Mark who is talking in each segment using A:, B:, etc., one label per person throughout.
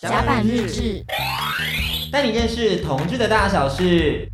A: 甲板日志，
B: 带你认识同志的大小事。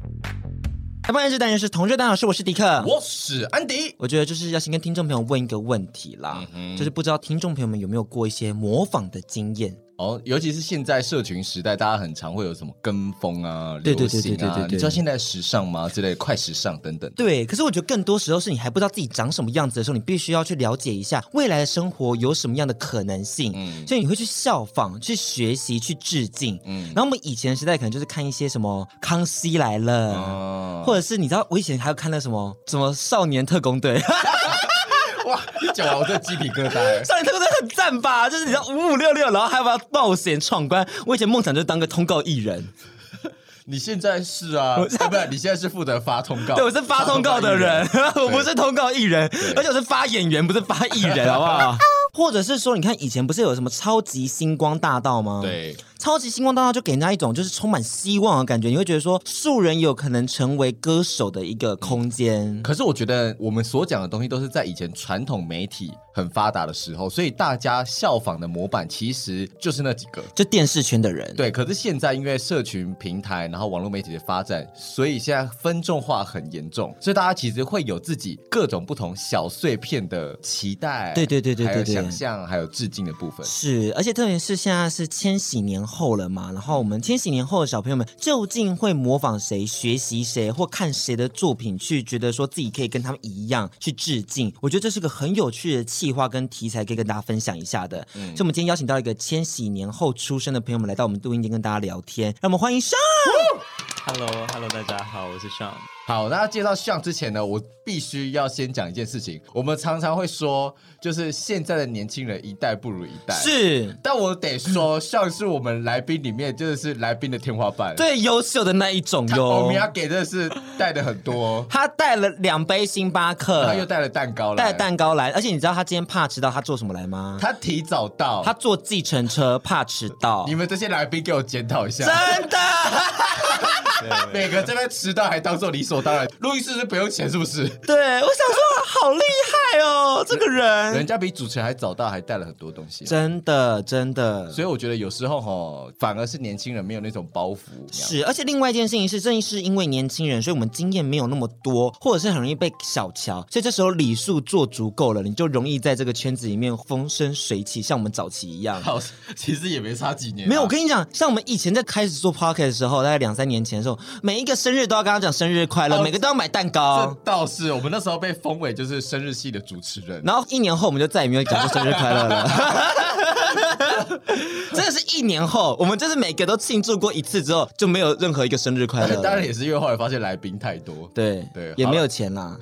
B: 甲板日志，带你认识同志的大小事。我是迪克。
C: 我是安迪。
B: 我觉得就是要先跟听众朋友问一个问题啦，
C: 嗯哼
B: 就是不知道听众朋友们有没有过一些模仿的经验？
C: 哦，尤其是现在社群时代，大家很常会有什么跟风啊、
B: 对对对
C: 流
B: 对
C: 行
B: 对对
C: 啊
B: 对，对
C: 你知道现在时尚吗？之类的快时尚 等等。
B: 对，可是我觉得更多时候是你还不知道自己长什么样子的时候，你必须要去了解一下未来的生活有什么样的可能性，
C: 嗯
B: 所以你会去效仿、去学习、去致敬。
C: 嗯
B: 然后我们以前的时代可能就是看一些什么《康熙来了》
C: 哦，
B: 或者是你知道，我以前还有看那什么什么少年特工队，
C: 哇，一讲完我这鸡皮疙瘩。
B: 少年特工队很赞吧？就是你知道五五六六，然后还要不要冒险闯关？我以前梦想就是当个通告艺人，
C: 你现在是 啊，啊不是，你现在是负责发通告。
B: 对，我是发通告的人
C: 发，
B: 我不是通告艺人
C: 对，
B: 而且我是发演员，不是发艺 人，好不好？或者是说，你看以前不是有什么超级星光大道吗？
C: 通告艺，人。对，
B: 超级星光大道就给人家一种就是充满希望的感觉，你会觉得说素人有可能成为歌手的一个空间。
C: 可是我觉得我们所讲的东西都是在以前传统媒体很发达的时候，所以大家效仿的模板其实就是那几个。
B: 就电视圈的人，
C: 对，可是现在因为社群平台，然后网络媒体的发展，所以现在分众化很严重，所以大家其实会有自己各种不同小碎片的期待，
B: 对对对对对
C: 还有
B: 对
C: 想象，还有致敬的部分。
B: 是，而且特别是现在是千禧年后了嘛，然后我们千禧年后的小朋友们究竟会模仿谁、学习谁或看谁的作品，去觉得说自己可以跟他们一样去致敬？我觉得这是个很有趣的企划跟题材，可以跟大家分享一下的。
C: 嗯
B: 所以，我们今天邀请到一个千禧年后出生的朋友们来到我们录音间跟大家聊天，让我们欢迎上。
D: Hello，Hello，大家好，我是 Sean。
C: 好，那介绍像之前呢，我必须要先讲一件事情，我们常常会说，就是现在的年轻人一代不如一代，。
B: 是
C: 但我得说，像是我们来宾里面，真的是来宾的天花板。，
B: 最优秀的那一种
C: 欧
B: 哟
C: 米。亚给真的是带的很 多，
B: 他带了两杯星巴克
C: 他，又带了蛋糕
B: 呃
C: 来
B: 带了蛋糕来，而且你知道他今天怕迟到，他做什么来吗？
C: 他提早到，
B: 他坐计程车怕迟到
C: 你，们这些来宾给我检讨一下，
B: 真的。
C: 每个这边迟到还当做理所当然，录音室是不用钱是不是？
B: 对，我想说好厉害哦，这个
C: 人
B: 人
C: 家比主持人还早到，还带了很多东西，
B: 真的真的
C: 所以我觉得有时候哈，反而是年轻人没有那种包袱。
B: 是，而且另外一件事情是，正是因为年轻人，所以我们经验没有那么多，或者是很容易被小瞧，所以这时候礼数做足够了，你就容易在这个圈子里面风生水起，像我们早期一样。
C: 好，其实也没差几年啊、
B: 没有，我跟你讲，像我们以前在开始做 p o c k e t 的时候，大概两三年前的时候，每一个生日都要跟他讲生日快乐，
C: 哦
B: 每个都要买蛋糕
C: 这。啊倒是我们那时候被封为就是生日系的主持人。
B: 然后一年后我们就再也没有讲过生日快乐了。 真的是一年后，我们就是每个都庆祝过一次之后，就没有任何一个生日快乐了。
C: 哎当然也是因为后来发现来宾太多，
B: 对
C: 对
B: 也
C: 好
B: 没
C: 了
B: 有钱 啦。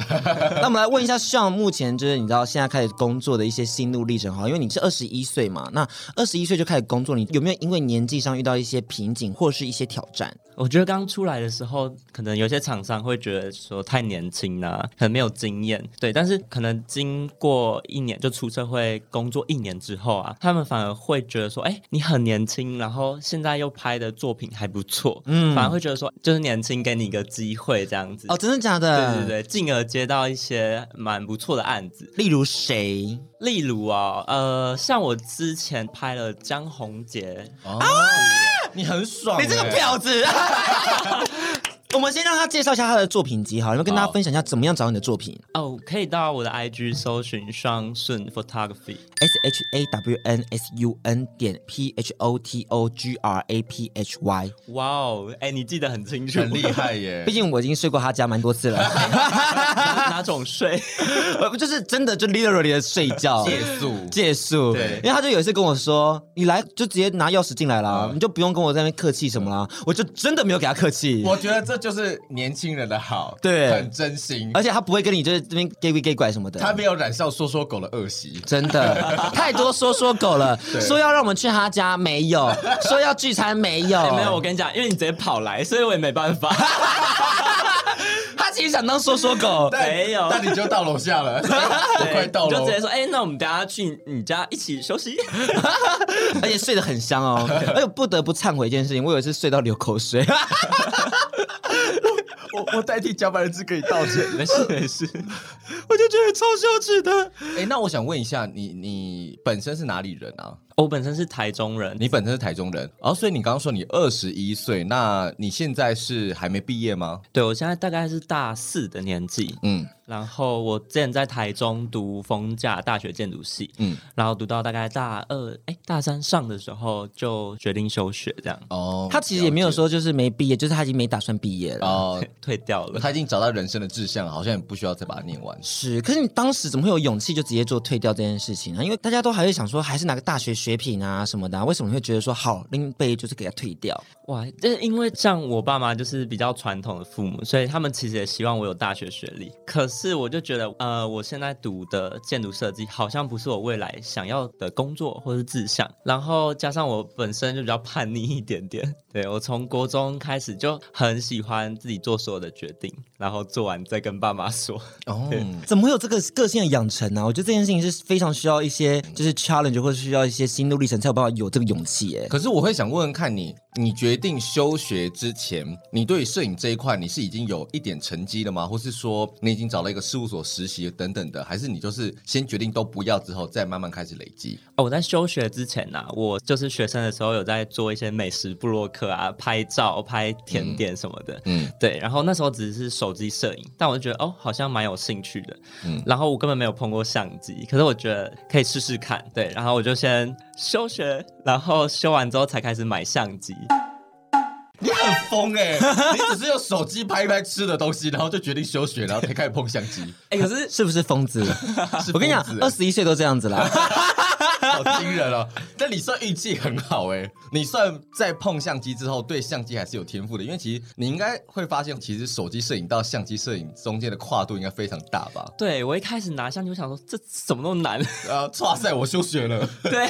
B: 那我们来问一下，像目前就是你知道现在开始工作的一些心路历程哈，因为你是二十一岁嘛，那二十一岁就开始工作，你有没有因为年纪上遇到一些瓶颈或是一些挑战？
D: 我觉得刚出来的时候，可能有些厂商会觉得说太年轻啦、很没有经验，对。但是可能经过一年就出社会工作一年之后啊，他们反而会觉得说，哎，你很年轻，然后现在又拍的作品还不错，
B: 嗯
D: 嗯，反而会觉得说，就是年轻给你一个机会这样子。
B: 哦，真的假的？
D: 对对对，进而接到一些蛮不错的案子，
B: 例如谁？
D: 例如啊、呃，像我之前拍了江宏杰，
C: 哦，你很爽欸、
B: 你这个婊子！ 我们先让他介绍一下他的作品集，好了，然后跟大家
C: 好
B: 分享一下怎么样找你的作品。
D: 哦，可以到我的 IG 搜寻双顺 photography。
B: S H A W N S U N 点 P H O T O G R A P H Y。
D: 哇哦，哎，你记得很清楚，
C: 很厉害 耶
B: 毕！竟我已经睡过他家蛮多次了，
D: 哪哪种睡？
B: 呃不就是真的就 literally 的睡觉。
C: 借宿，
B: 借宿，
C: 对
B: 因为他就有一次跟我说：“你来就直接拿钥匙进来啦，
C: 嗯
B: 你就不用跟我在那边客气什么啦。”我就真的没有给他客气，
C: 我觉得这就是年轻人的好，
B: 对
C: 很真心，
B: 而且他不会跟你就是这边 gay 鬼 gay 拐什么的。
C: 他没有染上说说狗的恶习。
B: 真 的太多说说狗了，说要让我们去他家没有， 说要聚餐没
C: 哦
D: 哎
B: 有，
D: 没有，我跟你讲，因为你直接跑来，所以我也没办法。
B: 他其实想当说说狗，
C: 但
D: 没有
C: 那你就到楼下 了，我
D: 对
C: 快到哦
D: 你就
C: 楼
D: 直。接说，哎，那我们等下去你家一起 休息。
B: 而且睡得很香 哦。而且不得不忏悔一件事情，我有一次睡到流口水，
D: 哦
C: 我我代替加班人质跟你道歉。
D: 没事没事，
B: 我就觉得超羞耻的。
C: 哎、那我想问一下，你你本身是哪里人啊？
D: 我本身是台中人，
C: 你本身是台中人，然、后哦所以你刚刚说你二十一岁，那你现在是还没毕业吗？
D: 对我现在大概是大四的年纪，
C: 嗯
D: 然后我之前在台中读逢甲大学建筑系，
C: 嗯，
D: 然后读到大概大二哎大三上的时候就决定休学，这样
C: 哦，
B: 他其实也没有
C: 了解
B: 说就是没毕业，就是他已经没打算毕业了。
C: 哦，
D: 退掉了。
C: 他已经找到人生的志向，好像也不需要再把它念 完。
B: 是，可是你当时怎么会有勇气就直接做退掉这件事情啊呢？因为大家都还会想说，还是拿个大学学品啊什么的啊、为什么你会觉得说好拎杯就是给他退掉？
D: 哇，就是因为像我爸妈就是比较传统的父母，所以他们其实也希望我有大学学历。可是我就觉得，呃，我现在读的建筑设计好像不是我未来想要的工作或是志向。然后加上我本身就比较叛逆一点点，对我从国中开始就很喜欢自己做所有的决定，然后做完再跟爸妈说。
C: 哦，
B: 怎么会有这个个性的养成呢、啊我觉得这件事情是非常需要一些就是 challenge 或者需要一些心路历程才有办法有这个勇气耶。
C: 可是我会想问问看你，你决定休学之前，你对于摄影这一块你是已经有一点成绩了吗？或是说你已经找了一个事务所实习等等的，还是你就是先决定都不要之后再慢慢开始累积？
D: 哦，我在休学之前呢、我就是学生的时候有在做一些美食部落客啊，拍照、拍甜点什么的。
C: 嗯
D: 对，然后那时候只是手机摄影，但我就觉得哦，好像蛮有兴趣的。
C: 嗯
D: 嗯，然后我根本没有碰过相机，可是我觉得可以试试看。对，然后我就先休学，然后休完之后才开始买相机。
C: 你很疯 哎、你只是用手机拍一拍吃的东西，然后就决定休学，然后才开始碰相机，
D: 哎，可是
B: 是不是疯子？欸我跟你讲，二十一岁都这样子啦。
C: 好惊人哦！但你算运气很好哎、你算在碰相机之后，对相机还是有天赋的，因为其实你应该会发现，其实手机摄影到相机摄影中间的跨度应该非常大吧？
D: 对我一开始拿相机，我想说这怎么那么难？
C: 呃，哇塞，我休学了，
D: 对，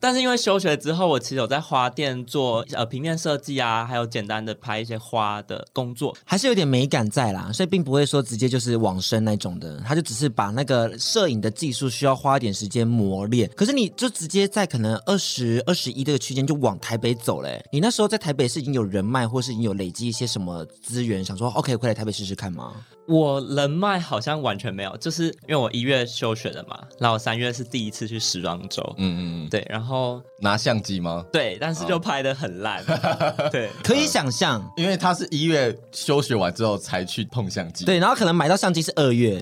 D: 但是因为休学之后，我其实有在花店做呃平面设计啊，还有简单的拍一些花的工作。
B: 还是有点美感在啦，所以并不会说直接就是往生那种的，他就只是把那个摄影的技术需要花一点时间磨练。可是你就直接在可能二十二十一这个区间就往台北走嘞、你那时候在台北是已经有人脉，或是已经有累积一些什么资源，想说 OK 我可以来台北试试看吗？
D: 我人脉好像完全没有，就是因为我一月休学的嘛，然后我三月是第一次去时装周，
C: 嗯嗯嗯，
D: 对，然后
C: 拿相机吗？
D: 对，但是就拍的 很烂，对。
B: 可以想象。
C: 因为他是一月休学完之后才去碰相机，，
B: 对，然后可能买到相机是二月，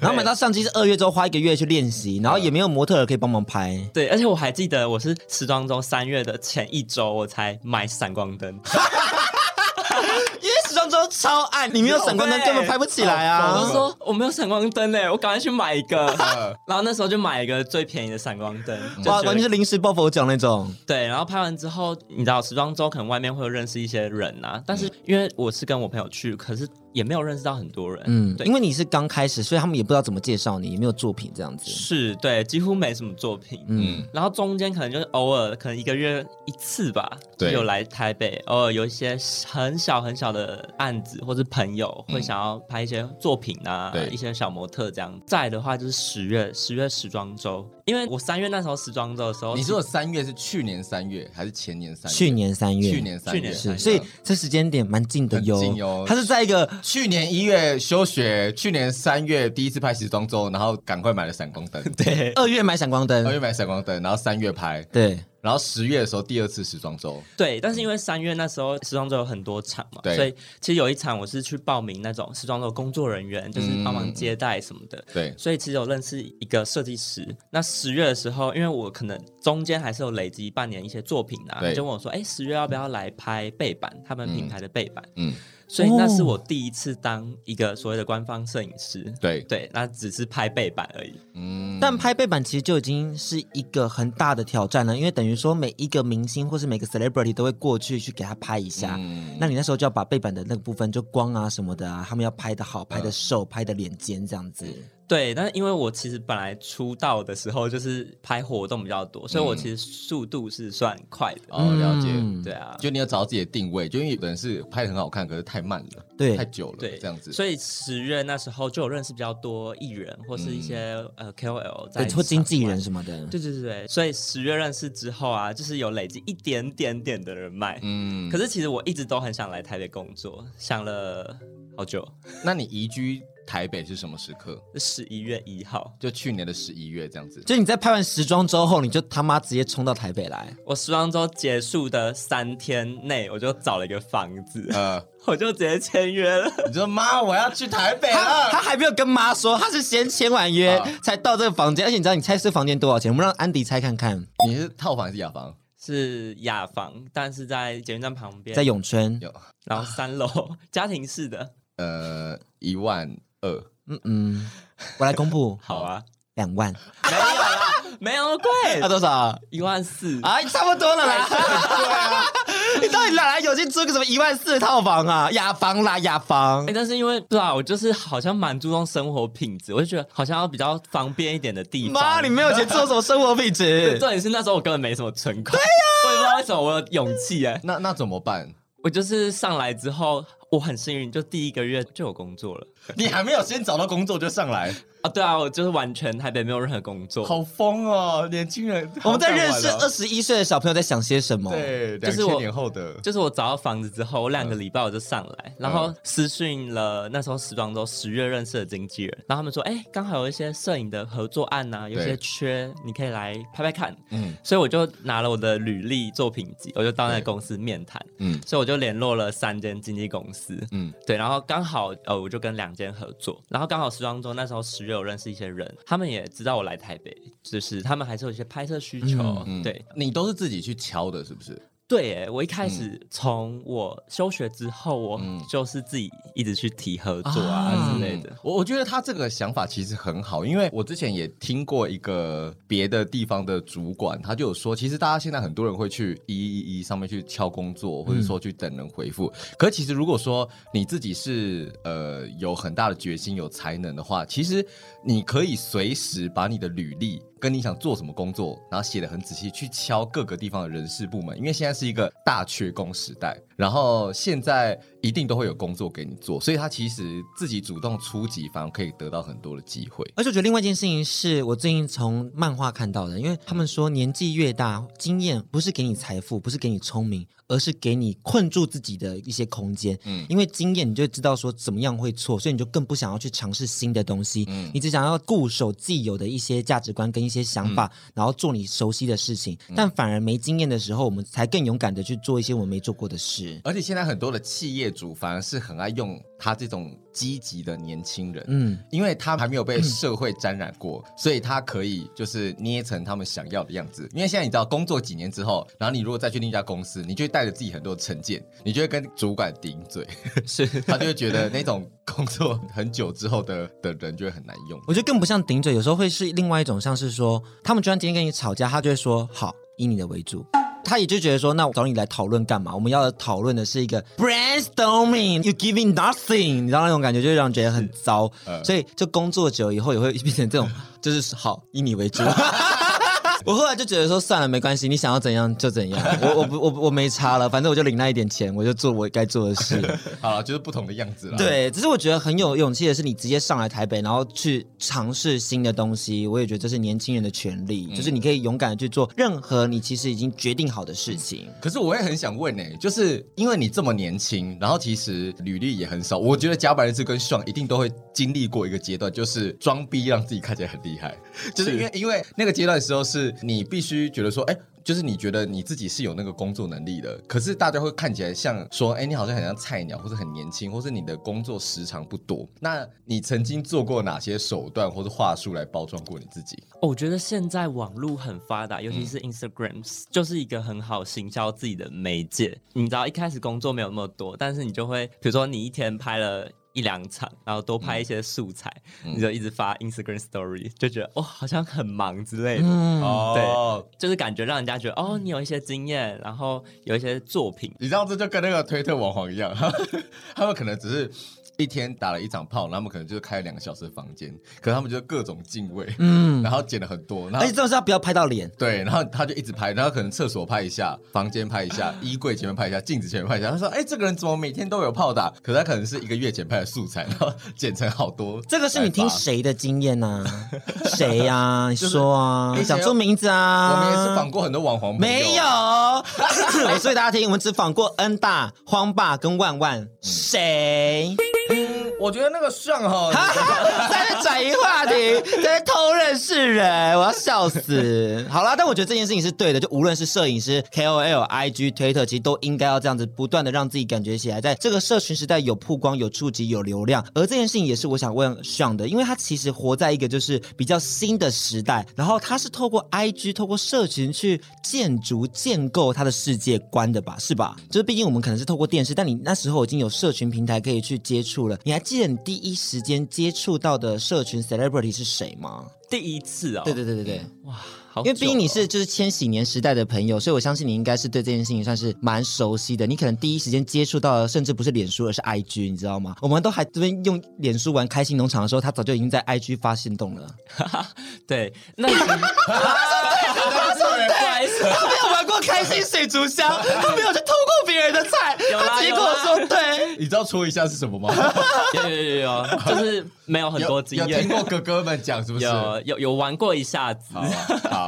B: 然后买到相机是二月之后花一个月去练习，然后也没有模特儿可以帮忙拍。
D: 对，而且我还记得我是时装周三月的前一周，我才买闪光灯。
B: 因为时装周超暗，你没有闪光灯
D: 对
B: 根本拍不起来
D: 我
B: 啊
D: 就。说我没有闪光灯欸嘞，我赶快去买一 个。
C: 呃，
D: 然后那时候就买一个最便宜的闪光灯，
B: 嗯
D: 就
B: 哇，完
D: 觉得
B: 全是临时抱佛脚那种。
D: 对，然后拍完之后，你知道时装周可能外面会有认识一些人啊，但是因为我是跟我朋友去，可是也没有认识到很多人，
B: 嗯，
D: 对
B: 因为你是刚开始，所以他们也不知道怎么介绍你，也没有作品这样子。
D: 是对，几乎没什么作品，
C: 嗯，
D: 然后中间可能就是偶尔，可能一个月一次吧，就
C: 对
D: 有来台北，偶尔有一些很小很小的案子，或是朋友会想要拍一些作品啊，
C: 嗯对
D: 一些小模特这样。再的话就是十月，十月时装周，因为我三月那时候时装周的时候，
C: 你说的三月是去年三月还是前年三月？
B: 去年三月，
C: 去年三
D: 去
C: 月
D: 年三
B: 是，
D: 月
B: 所以这时间点蛮近的哟。
C: 很近哟
B: 他是在一个
C: 去年一月休学，去年三月第一次拍时装周，然后赶快买了闪光 灯，
D: 对，
B: 二月买闪光
C: 二
B: 灯，
C: 月买嗯闪光灯，然后三月拍，
B: 对，
C: 然后十月的时候第二次时装周，
D: 对，但是因为三月那时候时装周有很多场嘛，
C: 嗯对
D: 所以其实有一场我是去报名那种时装周工作人员，就是帮忙
C: 嗯
D: 接待什么的。
C: 对，
D: 所以其实有认识一个设计师。那十月的时候，因为我可能中间还是有累积半年一些作品啊，
C: 对
D: 他就问我说：“哎，十月要不要来拍背板？他们品牌的背板。
C: 嗯，
D: 所以那是我第一次当一个所谓的官方摄影师。
C: 对，
D: 对，那只是拍背板而已。
C: 嗯，
B: 但拍背板其实就已经是一个很大的挑战了，因为等于说每一个明星或是每个 celebrity 都会过去去给他拍一下。
C: 嗯
B: 那你那时候就要把背板的那个部分，就光啊什么的啊，他们要拍的好、拍的瘦、拍的脸尖这样子。
D: 对，但是因为我其实本来出道的时候就是拍活动比较多，所
C: 嗯
D: 以我其实速度是算快的。
C: 哦，了解。
B: 嗯
D: 对啊，
C: 就你要找到自己的定位，就因为有的人是拍的很好看，可是太慢了，
B: 对
C: 太久了，
D: 对，
C: 这样子。
D: 所以十月那时候就有认识比较多艺人或是一些、
C: 嗯
D: 呃 KOL 在
B: 对，或经纪
D: 场外
B: 人。什么的，
D: 对对对对，所以十月认识之后啊，就是有累积一点点点的人脉。
C: 嗯，
D: 可是其实我一直都很想来台北工作，想了好久。
C: 那你移居台北是什么时刻？
D: 十一月一号，
C: 就去年的十一月这样子。
B: 就你在拍完时装周后，你就他妈直接冲到台北来，
D: 我时装周结束的三天内，我就找了一个房子，
C: 呃，
D: 我就直接签约了。
C: 你说妈，我要去台北
B: 他他
C: 了。
B: 还没有跟妈说，他是先签完约、
C: 哎啊
B: 才到这个房间，而且你知道你猜这房间多少钱？我们让安迪猜看看，
C: 你是套房还是雅房？
D: 是雅房，但是在捷运站旁边，
B: 在永啊春，
C: 有，
D: 然后三楼 家庭式的，
C: 呃，一万二。
B: 嗯嗯，我来公布
D: 好啊，
B: 两万，
D: 没有啦，没有那么
B: 要
D: 贵，
B: 多少？
D: 一万四，
B: 啊，差不多了啦。 你到底哪来有钱租个什么一万四套房啊？雅房啦，雅房
D: 哎、。但是因为对啊，我就是好像蛮注重生活品质，我就觉得好像要比较方便一点的地方。
B: 妈，你没有钱做什么生活品质？
D: 重点是那时候我根本没什么存款，对呀、我也不知道为什么我有勇气哎、
C: 那那怎么办？
D: 我就是上来之后，我很幸运，就第一个月就有工作了
C: 你还没有先找到工作就上来，
D: 啊！对啊，我就是完全台北没有任何工作，
C: 好疯哦！年轻人，
B: 我们在认
C: 好
B: 识
C: 敢玩
B: 二
C: 哦
B: 十一岁的小朋友在想些什么？
C: 对
D: 就
C: 两
D: 是
C: 千
D: 我
C: 年后 的，
D: 就是我找到房子之后，我
C: 嗯
D: 两个礼拜我就上来，然后私讯了那时候时装周十月认识的经纪人，然后他们说，哎、刚好有一些摄影的合作案呐、啊有
C: 对
D: 些缺，你可以来拍拍看。
C: 嗯
D: 所以我就拿了我的履历作品集，我就到那
C: 对
D: 个公司面谈，
C: 嗯
D: 所以我就联络了三间经纪公司，
C: 嗯，
D: 对，然后刚好呃，我就跟两间合作，然后刚好时装周那时候十月有认识一些人，他们也知道我来台北，就是他们还是有一些拍摄需求，
C: 嗯
D: 对
C: 你都是自己去敲的，是不是？
D: 对耶，我一
B: 嗯
D: 开始从我休学之后，我就是自己一直去提合作啊之类的，
C: 我我觉得他这个想法其实很好，因为我之前也听过一个别的地方的主管，他就有说，其实大家现在很多人会去一一一上面去敲工作，或者说去等人回复。可其实如果说你自己是呃有很大的决心、有才能的话，其实你可以随时把你的履历。跟你想做什么工作，然后写的很仔细，去敲各个地方的人事部门，因为现在是一个大缺工时代，然后现在一定都会有工作给你做，所以他其实自己主动出击，反而可以得到很多的机会。
B: 而且我觉得另外一件事情是我最近从漫画看到的，因为他们说年纪越大，经验不是给你财富，不是给你聪明，而是给你困住自己的一些空间。嗯，因为经验你就知道说怎么样会错，所以你就更不想要去尝试新的东西。嗯，你只想要固守既有的一些价值观跟一些想法，然后做你熟悉的事情。但反而没经验的时候，我们才更勇敢的去做一些我们没做过的事。
C: 而且现在很多的企业主反而是很爱用他这种积极的年轻人，
B: 嗯，
C: 因为他还没有被社会沾染过，所以他可以就是捏成他们想要的样子。因为现在你知道，工作几年之后，然后你如果再去另一家公司，你就会带着自己很多成见，你就会跟主管顶嘴，
D: 是
C: 他就会觉得那种工作很久之后的的人就会很难用。
B: 我觉得更不像顶嘴，有时候会是另外一种，像是说他们就算今天跟你吵架，他就会说好，以你的为主。他也就觉得说，那我找你来讨论干嘛？我们要讨论的是一个 brainstorming，you giving nothing，你知道那种感觉，就会让人觉得很糟。
C: 呃
B: 所以就工作久以后也会变成这种，就是好以你 为主。我后来就觉得说，算了，没关系，你想要怎样就怎样，我我不我我没差了，反正我就领那一点钱，我就做我该做的事。
C: 好了，就是不同的样子了。，
B: 对，只是我觉得很有勇气的是，你直接上来台北，然后去尝试新的东西。我也觉得这是年轻人的权利，
C: 嗯
B: 就是你可以勇敢的去做任何你其实已经决定好的事情。
C: 可是我也很想问呢、欸就是因为你这么年轻，然后其实履历也很少，我觉得加百列斯跟 Sean 一定都会经历过一个阶段，就是装逼让自己看起来很厉害， 就是因为因为那个阶段的时候，是你必须觉得说，哎、就是你觉得你自己是有那个工作能力的，可是大家会看起来像说，哎、你好像很像菜鸟，或者很年轻，或是你的工作时长不多。那你曾经做过哪些手段或者话术来包装过你自己？
D: 哦我觉得现在网络很发达，尤
B: 嗯
D: 其是 Instagram，、就是一个很好行销自己的媒介。你知道一开始工作没有那么多，但是你就会，比如说你一天拍了。一两场，然后多
B: 嗯
D: 拍一些素材，你就一直发 Instagram Story，就觉得哦，好像很忙之类的。
B: 嗯，
C: 哦，
D: 就是感觉让人家觉得哦，你有一些经验，然后有一些作品，
C: 你知道这就跟那个推特网红一样， 他们可能只是一天打了一场炮，然后他们可能就是开了两个小时的房间，可是他们就各种敬畏，嗯，然后剪了很多，然
B: 而
C: 后
B: 且这种是要不要拍到脸。
C: 对，然后他就一直拍，然后可能厕所拍一下，房间拍一下，衣柜前面拍一下，镜子前面拍一下。他说：“哎、这个人怎么每天都有炮打？”可是他可能是一个月前拍的素材， 然后剪成好多。
B: 这个是你听
C: 来发
B: 谁的经验 呐、谁呀、你说啊，
C: 以前
B: 讲出名字啊。
C: 我们也是访过很多网红朋友，啊
B: 没有， 我
C: 嗯
B: 说给大家听，我们只访过恩大、荒爸跟万万，谁？
C: 我觉得那个哦上哈，
B: 在那转移话题，在那偷认识人，我要笑死。好啦，但我觉得这件事情是对的，就无论是摄影师、KOL、IG、推特，其实都应该要这样子，不断的让自己感觉起来，在这个社群时代有曝光、有触及、有流量。而这件事情也是我想问 Sean 的，因为他其实活在一个就是比较新的时代，然后他是透过 IG、透过社群去建筑、建构他的世界观的吧，是吧？就是毕竟我们可能是透过电视，但你那时候已经有社群平台可以去接触了。你还记得你第一时间接触到的社群 celebrity 是谁吗？
D: 第一次哦，
B: 对对对对对，
D: 哇，好久哦，
B: 因为毕竟你是就是千禧年时代的朋友，所以我相信你应该是对这件事情算是蛮熟悉的。你可能第一时间接触到的，甚至不是脸书，而是 IG，你知道吗？我们都还这边用脸书玩开心农场的时候，他早就已经在 IG 发现动了。
D: 对，那不好意思，
B: 他没有玩过开心水族箱，他没有去偷过别人的菜，
D: 有啦
B: 他直接跟我说对。
C: 你知道戳一下是什么吗？
D: 有有有有，就是没有很
C: 有
D: 多经
C: 有
D: 验
C: 听，过哥哥们讲是不是？
D: 有有有玩过一下子
C: 好，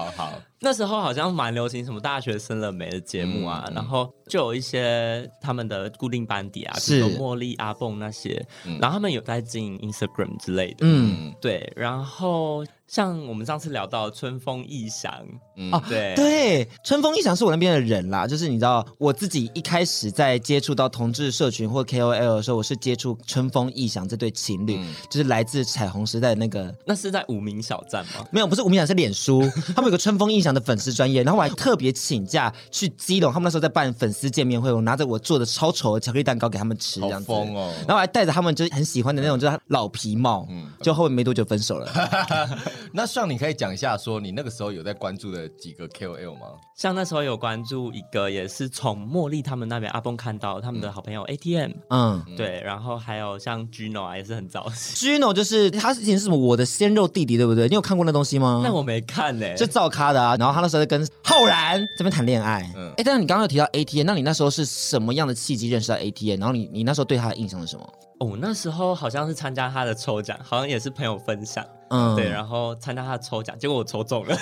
C: 好好，
D: 那时候好像蛮流行什么大学生了没的节目啊，
C: 嗯嗯
D: 然后就有一些他们的固定班底啊，
B: 是
D: 比如说茉莉、阿蹦那些，然后他们有在经营 Instagram 之类的。
B: 嗯，
C: 嗯
D: 对，然后像我们上次聊到春风异响，
C: 嗯
B: 哦
D: 对
B: 对，春风一响是我那边的人啦，就是你知道，我自己一开始在接触到同志社群或 KOL 的时候，我是接触春风一响这对情侣，
C: 嗯
B: 就是来自彩虹时代的那个。
D: 那是在无名小站吗？
B: 没有，不是无名讲，是脸书， 他们有个春风印象的粉丝专业，然后我还特别请假去基隆，他们那时候在办粉丝见面会，我拿着我做的超丑的巧克力蛋糕给他们吃，这
C: 好
B: 样子，
C: 疯哦
B: 然后我还戴着他们就是很喜欢的那种就是老皮帽，嗯，就后面没多久分手了。
C: 那上你可以讲一下，说你那个时候有在关注的几个 KOL 吗？
D: 像那时候有关注一个，也是从茉莉他们那边阿蹦看到他们的好朋友 ATM，、
B: 嗯
D: 对，然后还有像 Gino 啊，也是很早期，
B: ，Gino 就是他之前是什么我的鲜肉弟弟，对不对？你有看过那东西吗？
D: 那我没看呢、
B: 就造咖的啊，然后他那时候在跟浩然这边谈恋爱。嗯
C: 嗯，
B: 哎，但是你刚刚有提到 ATN，那你那时候是什么样的契机认识到 ATN？然后你你那时候对他的印象是什么？
D: 哦，那时候好像是参加他的抽奖，好像也是朋友分享，
B: 嗯
D: 对，然后参加他的抽奖，结果我抽 中了，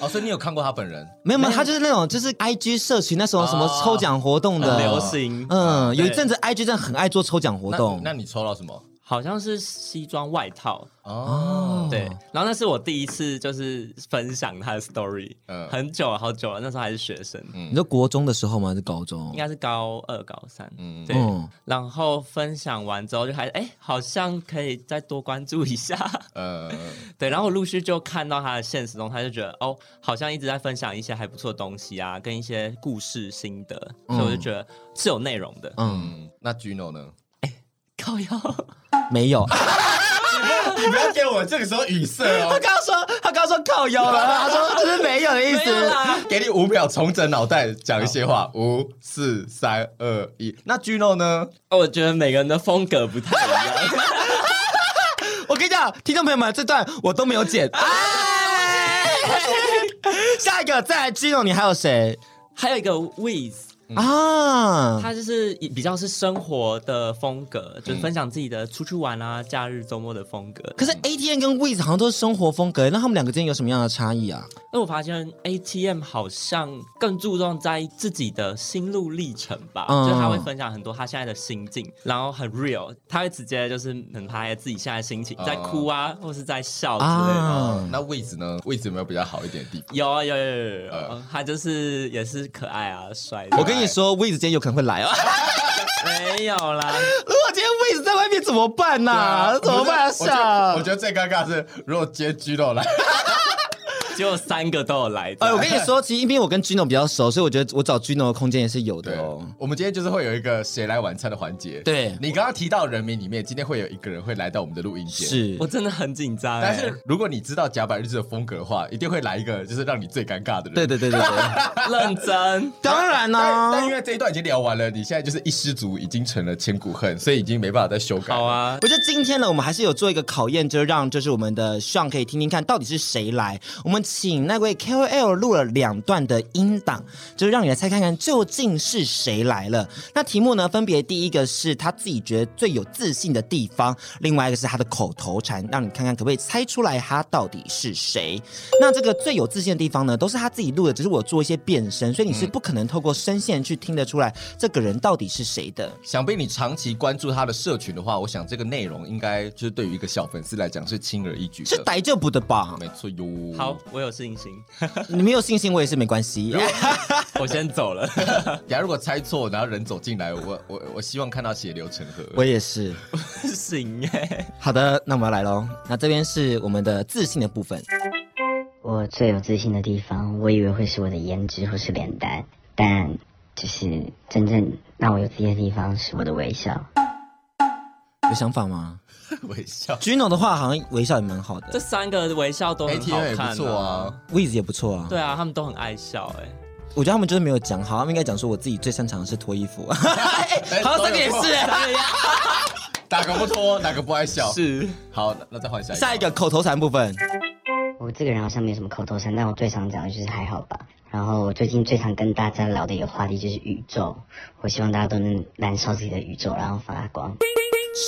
C: 哦，所以你有看过他本人？
B: 没有没有，他就是那种就是 IG 社群那时候什么
C: 哦
B: 抽奖活动的
D: 很流。行，
B: 嗯，有一
D: 对
B: 阵子 IG 真的很爱做抽奖活
C: 那
B: 动。
C: 那你抽到什么？
D: 好像是西装外套，
C: 哦，
B: 嗯
D: 对，然后那是我第一次就是分享他的 story，、
C: 嗯
D: 很久了，好久了，那时候还是学生，
B: 你说国中的时候吗？还是高中
D: 应？该是高二高三，
C: 嗯
D: 对。
B: 嗯
D: 然后分享完之后就还哎，好像可以再多关注一下，
C: 呃，
D: 对。然后我陆续就看到他的现实中，他就觉得哦，好像一直在分享一些还不错的东西啊，跟一些故事心得，所以我就觉得是有内容的。
B: 嗯，
C: 嗯，那 Gino 呢？
D: 靠 腰，
B: 没有。
C: 你不要给我这个时候语塞
B: 他
C: 哦，
B: 刚刚说他刚刚说靠腰了， 他说就是没有的意
D: 没有
B: 思。
D: 啦
C: 给你五秒重整脑袋讲一些话，五、四、三、二、一。那 Gino 呢？
D: 哦我觉得每个人的风格不太一样。
B: 我跟你讲，听众朋友们，这段我都没有 剪。哎下一个再来 Gino，你还有谁
D: 还有一个 with，
B: 嗯啊？
D: 他就是比较是生活的风格，就是分享自己的出去玩啊、假日、周末的风格。
B: 可是 ATN 跟 Wiz 好像都是生活风格，那他们两个之间有什么样的差异啊？
D: 那我发现 ATM 好像更注重在自己的心路历程吧，
B: 嗯
D: 就是他会分享很多他现在的心境，然后很 real，他会直接就是很拍自己现在的心情，
C: 嗯
D: 在哭啊，或是在笑之类的。
B: 啊
C: 那位置呢？位置有没有比较好一点 的地方？
D: 有啊有有有有有
C: 嗯
D: 他就是也是可爱啊，帅。
B: 我跟你说，Wiz 今天有可能会来哦。
D: 没有啦，
B: 如果今天 Wiz 在外面怎么办呐、怎么办啊？
C: 我觉得我
B: 上
C: 觉得最尴尬的是，如果接 Gino 来，
D: 只有三个都有来。
B: 哎，我跟你说，其实因为我跟 Gino 比较熟，所以我觉得我找 Gino 的空间也是有的
C: 对
B: 哦。，
C: 我们今天就是会有一个谁来晚餐的环节。
B: 对
C: 你刚刚提到人名里面，今天会有一个人会来到我们的录音间。，
B: 是
D: 我，真的很紧张、
C: 呃但
D: 哎
C: 是如果你知道甲板日志的风格的话，一定会来一个就是让你最尴尬的人。
B: 对对对对对，
D: 哎 认真。
B: 当然啊啦、
C: 但但因为这一段已经聊完了，你现在就是一失足已经成了千古恨，所以已经没办法再修改。
D: 好，啊，
B: 我觉得今天呢，我们还是有做一个考验，就是让就是我们的 Sean 可以听听看到底是谁来。我们请那位 KOL 录了两段的音档，就是让你来猜看看究竟是谁来了。那题目呢，分别第一个是他自己觉得最有自信的地方，另外一个是他的口头禅，让你看看可不可以猜出来他到底是谁。那这个最有自信的地方呢，都是他自己录的，只是我做一些变声，所以你是不可能透过声线去听得出来这个人到底是谁的。
C: 想必你长期关注他的社群的话，我想这个内容应该就是对于一个小粉丝来讲是轻而易举的。
B: 是逮就不的吧？
C: 没错哟。
D: 好，，我有 信心，
B: 你没有信心，我也是没关系。
D: 我先 走了。
C: 假如如果猜错，然后人走进来，我我我希望看到血流成河。
B: 我也是。
D: 行哎，
B: 好的，那我们要来喽。那这边是我们的自信的部分。
A: 我最有自信的地方，我以为会是我的颜值或是脸蛋，但就是真正让我有自信的地方是我的微笑。
B: 有想法吗
C: 微笑
B: ？Gino 的话好像微笑也蛮好
D: 这
B: 的
D: 三个微笑都很好
C: ，ATM 也
D: 看、
C: 不错啊。。
B: ，Wiz 也不错啊。
D: 对啊，他们都很爱笑哎、
B: 我觉得他们就是没有讲好，他们应该讲说我自己最擅长的是脱衣 服。
C: 哎
B: 好像三个也
C: 都有
B: 是、
C: 哪个不脱，哪个不爱笑。
D: 是
C: 好，那那再换下一个。
B: 下一个口头禅部分，
A: 我这个人好像没什么口头禅，但我最常讲的就是还好吧。然后我最近最常跟大家聊的一个话题就是宇宙，我希望大家都能燃烧自己的宇宙，然后发光。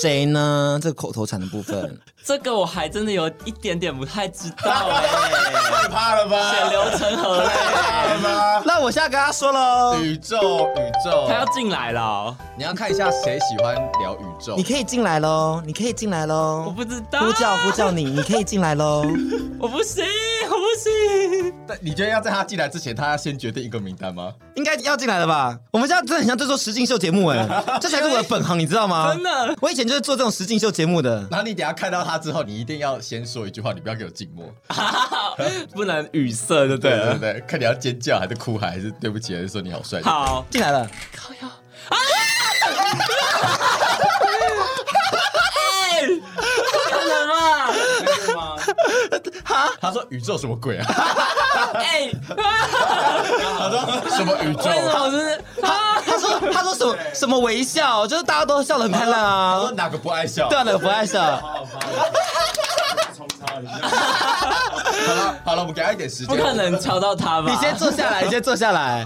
B: 谁呢？这个口头禅的部分，
D: 这个，我还真的有一点点不太知道哎、
C: 太怕了吧？
D: 血流成河嘞、
C: 怕了
B: 那我现在跟他说喽
C: 吧？，宇宙，宇宙
D: 他，要进来了哦、
C: 你要看一下谁喜欢聊宇宙
B: 你。可以进来喽，你可以进来
D: 我
C: 哦
B: 喽，
D: 不知道，
B: 呼叫呼叫你，你可以进来喽。
D: 我不行，我不行。
C: 但你觉得要在他进来之前，他要先决定一个名单吗？
B: 应该要进来了吧？我们现在真的很像在做实境秀节目哎、这才是我的本行，你知道吗？
D: 真的，
B: 我以前就是做这种实境秀节目的。
C: 然后你等一下看到他之后，你一定要先说一句话，你不要给我静默。
D: 不能语塞，对不啊对
C: 对
D: 了
C: 对对，看你要尖叫还是哭喊，还是对不起，还是说你好帅。，
D: 好，
B: 进来了，
D: 不可能啊 吧？
C: 他说宇宙什么鬼啊？
D: 哎、
C: 他说什么宇宙？
D: 为什么我啊真的？
B: 他他说他说什么什么微笑，就是大家都笑得很灿烂
C: 他
B: 啊
C: 说，哪个不爱笑？
B: 对啊，那个不爱笑。
C: 好了好了，我们给他一点时
D: 不
C: 间。
D: 可能敲到他吧？
B: 你先坐下来，你先坐下来。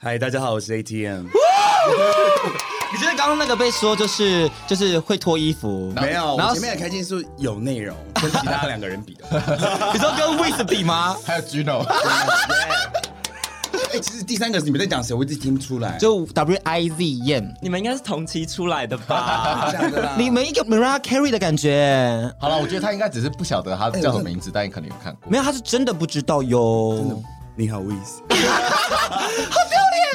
E: 嗨，大家好，我是 ATM。
B: 你觉得刚刚那个被说就是就是会脱衣服，
E: 没有，
B: 然
E: 我
B: 后
E: 前面的开心是有内 容，跟其他两个人比的话。
B: 你说跟 Wiz 比吗？
C: 还有 Gino，
E: 哎，其实第三个是你们在讲谁，我一直听不出来。
B: 就 W I Z M，
D: 你们应该是同期出来 的吧？
E: 这样的啦
B: 你们一个 Mariah Carey 的感觉，
C: 好了，我觉得他应该只是不晓得他叫什么名字，但你可能有看过。
B: 没有，他是真的不知道哟。
E: 你好 w i s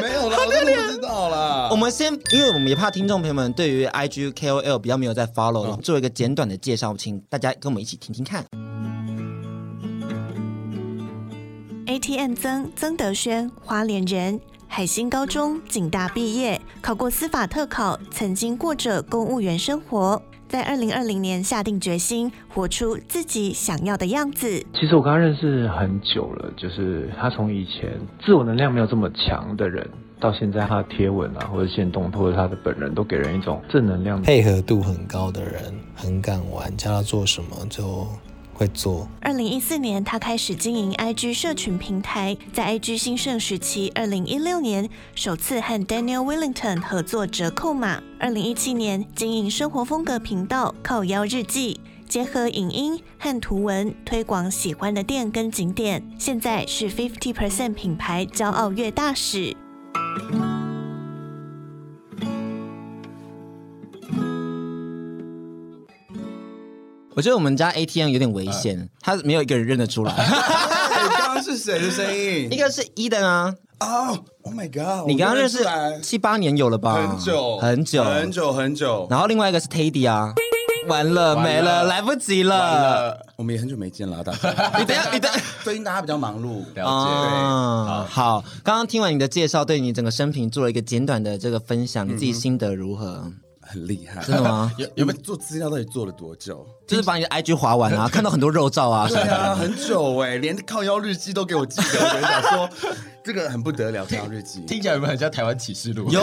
E: 没有啦，我真的不知道啦
B: 我。们先，因为我们也怕听众朋友们对于 IG KOL 比较没有在 follow，、我们做一个简短的介绍，请大家跟我们一起听听看。
F: ATM 曾曾德轩，花莲人，海星高中警大毕业，考过司法特考，曾经过着公务员生活。在二零二零年下定决心，活出自己想要的样子。
G: 其实我跟他认识很久了，就是他从以前自我能量没有这么强的人，到现在他的贴文啊，或者线动，或者他的本人，都给人一种正能量的
H: 配合度很高的人，很敢玩，叫他做什么就会做。
F: 二零一四年，他开始经营 IG 社群平台，在 IG 兴盛时期，二零一六年首次和 Daniel Wellington 合作折扣码。二零一七年，经营生活风格频道靠腰日记，结合影音和图文推广喜欢的店跟景点。现在是 Fifty Percent 品牌骄傲月大使。
B: 我觉得我们家 ATM 有点危险，他没有一个人认得出 来。
E: 哎刚刚是谁的声音
B: 一？ 个是 Eden 啊，
E: 哦，Oh my God！
B: 你刚刚认识
E: 我不认出
B: 七八年有了吧？
E: 来很久
B: 很久
E: 很。久很久，
B: 然后另外一个是 Teddy 啊，完了
C: 完了
B: 没了，来不及了。
E: 呃，我们也很久没见了，大家。
B: 你等 一下，你等一下。
E: 最近大家比较忙碌，
C: 了
B: 啊哦好，刚刚听完你的介绍，对你整个生平做了一个简短的这个嗯分享，你自己心得如何？
E: 很厉害。
B: 真的吗？
E: 有有没有做资料到底做了多久？
B: 就是把你的 IG 划完 啊，看到很多肉照啊什
E: 对
B: 么的。
E: 啊，很久哎、连靠腰日记都给我记得，我跟你讲说，这个很不得了，靠腰日 记。
C: 听起来有没有很像台湾启示录？
B: 有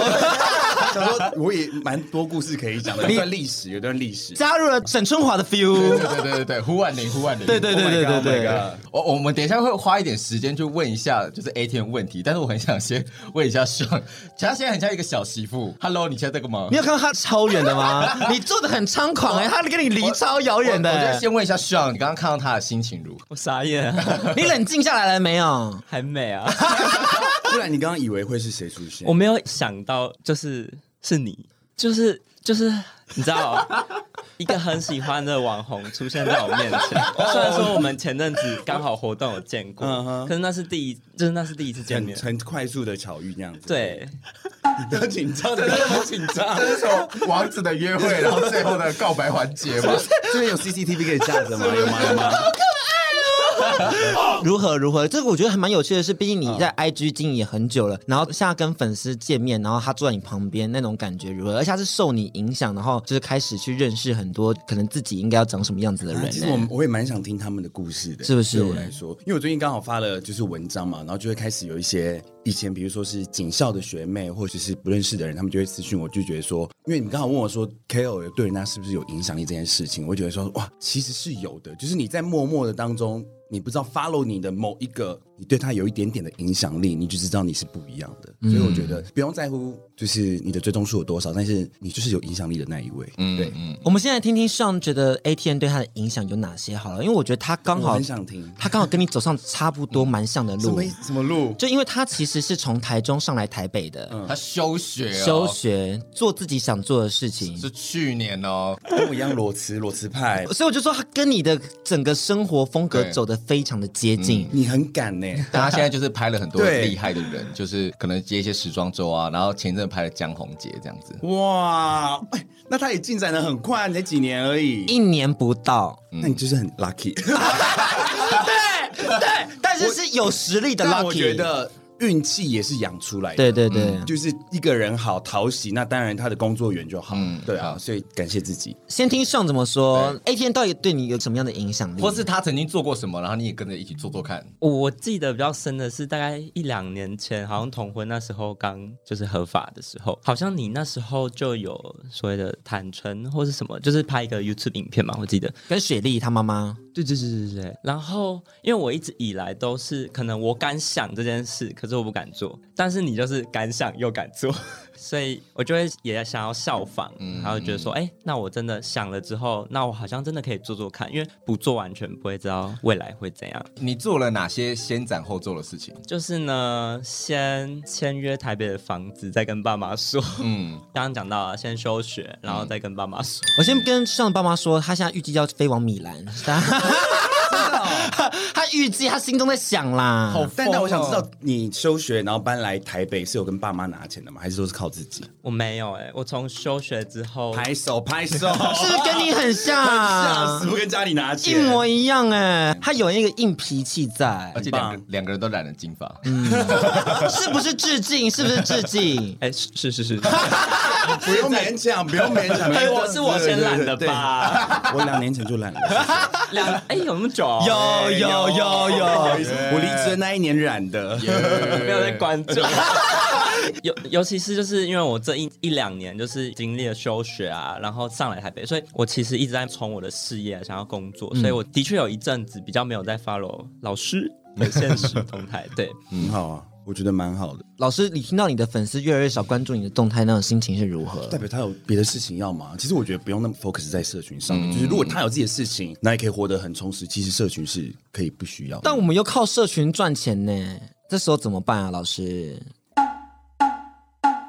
E: 想说我也蛮多故事可以讲的，有一段历史，有一段历史。
B: 加入了沈春华的 feel，
C: 对对对对对，胡万林，胡万林，
B: 对对对对对
E: Oh my god, oh my
B: 对
E: god
C: 我我们等一下会花一点时间去问一下，就是 ATM 问题，但是我很想先问一下 Sean，其实他现在很像一个小媳妇。Hello，你现在在干嘛
B: 你？有看到他超远的吗？ 你坐的很猖狂
E: 哦
B: 哎、他跟你离超遥远的、
C: 我我就
B: 欸。
C: 先问一下 Sean，你刚刚看到他的心情如何？
D: 我傻眼、啊，
B: 你冷静下来了没有？
E: 哦
D: 还美啊！
E: 不然你刚刚以为会是谁出现？
D: 我没有想到，就是是你，就是就是，你知道， 一个很喜欢的网红出现在我面前。 虽然说我们前阵子刚好活动有见过
E: 嗯哼，
D: 可是那是第一，就是那是第一次见
E: 很
D: 面。
E: 很快速的巧遇那样子，，
D: 对，
E: 你都紧张， 真的很紧张。
C: 这是什么王子的约会，然后最 后的告白环节吗？
E: 这边有 CCTV 可以架着吗？有吗？有吗？
B: 如何如何？这个我觉得还蛮有趣的是，毕竟你
E: 哦
B: 在 IG 经营也很久了，然后现在跟粉丝见面，然后他坐在你旁边，那种感觉如何？而且他是受你影响，然后就是开始去认识很多可能自己应该要长什么样子的人、欸
E: 啊其实我们我也蛮想听他们的故事的，
B: 是不是
E: 对我来说，因为我最近刚好发了就是文章嘛，然后就会开始有一些以前比如说是警校的学妹或者是不认识的人，他们就会私讯我，就觉得说，因为你刚好问我说 KOL 对人家是不是有影响力这件事情，我就觉得说哇，其实是有的，就是你在默默的当中。你不知道 follow 你的某一个，你对他有一点点的影响力，你就知道你是不一样的。所以我觉得
B: 嗯
E: 不用在乎，就是你的追踪数有多少，但是你就是有影响力的那一位。嗯，对，
B: 我们现在听听上觉得 ATN 对他的影响有哪些好了，因为我觉得他刚
E: 我
B: 好
E: 很想听
B: 他刚好跟你走上差不多蛮像的
E: 什
B: 路
E: 么，什么路？
B: 就因为他其实是从台中上来台北的。
C: 他休学、哦，
B: 休学，做自己想做的事情，
C: 是去年哦。
E: 跟我一样裸辞，裸 辞派，
B: 所以我就说他跟你的整个生活风格
C: 对
B: 走的非常的接近。
E: 你很敢呢、
C: 但他现在就是拍了很多
E: 对
C: 厉害的人，就是可能接一些时装周啊，然后前阵拍了江宏杰这样子。
E: 哇，哎那他也进展的很快，你才几年而已，
B: 一年不到，
E: 那你就是很 lucky。
B: 对，但是是有实力的 lucky。
E: 但
B: 嗯
E: 我觉，得运气也是养出来的，
B: 对对对，
E: 就是一个人好讨喜，那当然他的工作缘就好，
C: 嗯
E: 对啊，
C: 好
E: 所以感谢自己。
B: 先听上怎么说，A 天到底对你有什么样的影响力？
C: 或是他曾经做过什么，然后你也跟着一起做做看。
D: 我我记得比较深的是，大概一两年前，好像同婚那时候刚就是合法的时候，好像你那时候就有所谓的坦诚或是什么，就是拍一个 YouTube 影片嘛，我记得。
B: 跟雪莉她妈妈，
D: 对对对对对对。然后，因为我一直以来都是可能我敢想这件事，可是我不敢做。但是你就是敢想又敢 做，所以我就会也想要效仿，然后觉得说，哎、那我真的想了之后，那我好像真的可以做做看，因为不做完全不会知道未来会怎样。
C: 你做了哪些先斩后奏的事情？
D: 就是呢，先签约台北的房子，再跟爸妈 说。
C: 嗯，
D: 刚刚讲到啊，先休学，然后再跟爸妈说。
B: 我先跟上爸妈说，他现在预计要飞往米 兰。他预计他心中在想啦，
E: 但但我想知道，你休学然后搬来台北是有跟爸妈拿钱的吗？还是说是靠自己？
D: 我没有哎、我从休学之后，
E: 拍手拍手，
B: 是不是跟你很
E: 吓
B: 像啊
E: 死，？不跟家里拿
B: 一
E: 钱，
B: 模一样哎、他有那个硬脾气 在
C: 而，且两个两个人都染了金发，
B: 是不是致敬？是不是致敬？
D: 哎、是是 是是。
E: 不用勉强，不用 勉强。
D: 哎我是我先懒的吧？
E: 对？对对 对我两年前就懒了。哎
D: 两哎有那么久？
B: 有有有有，
E: 我离职的那一年染的。
D: 没有在关注？尤尤其是就是因为我这一一两年就是经历了休学啊，然后上来台北，所以我其实一直在冲我的事业想要工作，所以我的确有一阵子比较没有在 follow 老师的现实动态。对，
E: 很好啊，我觉得蛮好的，
B: 老师，你听到你的粉丝越来越少关注你的动态，那种心情是如何
E: 代？表他有别的事情要忙。其实我觉得不用那么 focus 在社群上面，就是如果他有自己的事情，那也可以活得很充实。其实社群是可以不需要的，
B: 但我们又靠社群赚钱呢，这时候怎么办啊，老师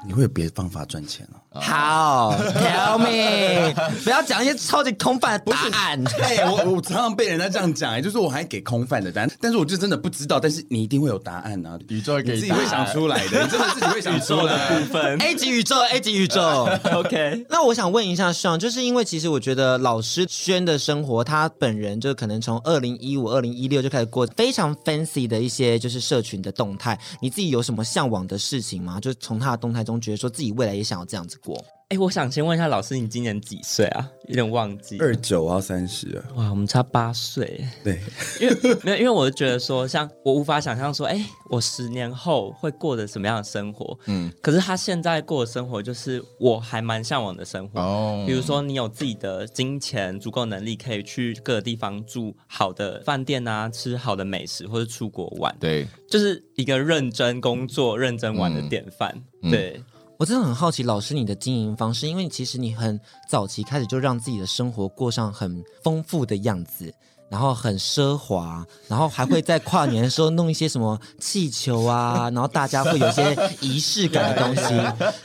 E: 你会有别的方法赚钱啊。
B: 好 tell me，不要讲一些超级空泛的答案。
E: 哎、我我常常被人家这样讲、哎，就是我还给空泛的答案，但是我就真的不知道，但是你一定会有答案啊，
C: 宇宙会给
E: 你
C: 你
E: 自己会想出来 的，你真的自己会想出
D: 我的
E: 来。
D: 部分
B: A 级宇宙，A 级宇宙。
D: OK。
B: 那我想问一下上，就是因为其实我觉得老师轩的生活，他本人就可能从二零一五、二零一六就开始过非常 fancy 的一些就是社群的动态。你自己有什么向往的事情吗？就是从他的动态中觉得说自己未来也想要这样子过。
D: 哎，我想先问一下老师，你今年几岁啊？有点忘记。
E: 二九啊，三十啊，
D: 哇，我们差八岁，
E: 对，
D: 因为没有，因为我觉得说，像我无法想象说，哎，我十年后会过着什么样的生活？
C: 嗯
D: 嗯，可是他现在过的生活，就是我还蛮向往的生活。
C: 哦
D: 比如说，你有自己的金钱、足够能力，可以去各个地方住好的饭店啊，吃好的美食，或者出国玩。
C: 对，
D: 就是一个认真工作、认真玩的典范。
C: 嗯
D: 对，
B: 我真的很好奇老师你的经营方式，因为其实你很早期开始就让自己的生活过上很丰富的样子。然后很奢华，然后还会在跨年的时候弄一些什么气球啊，然后大家会有一些仪式感的东西。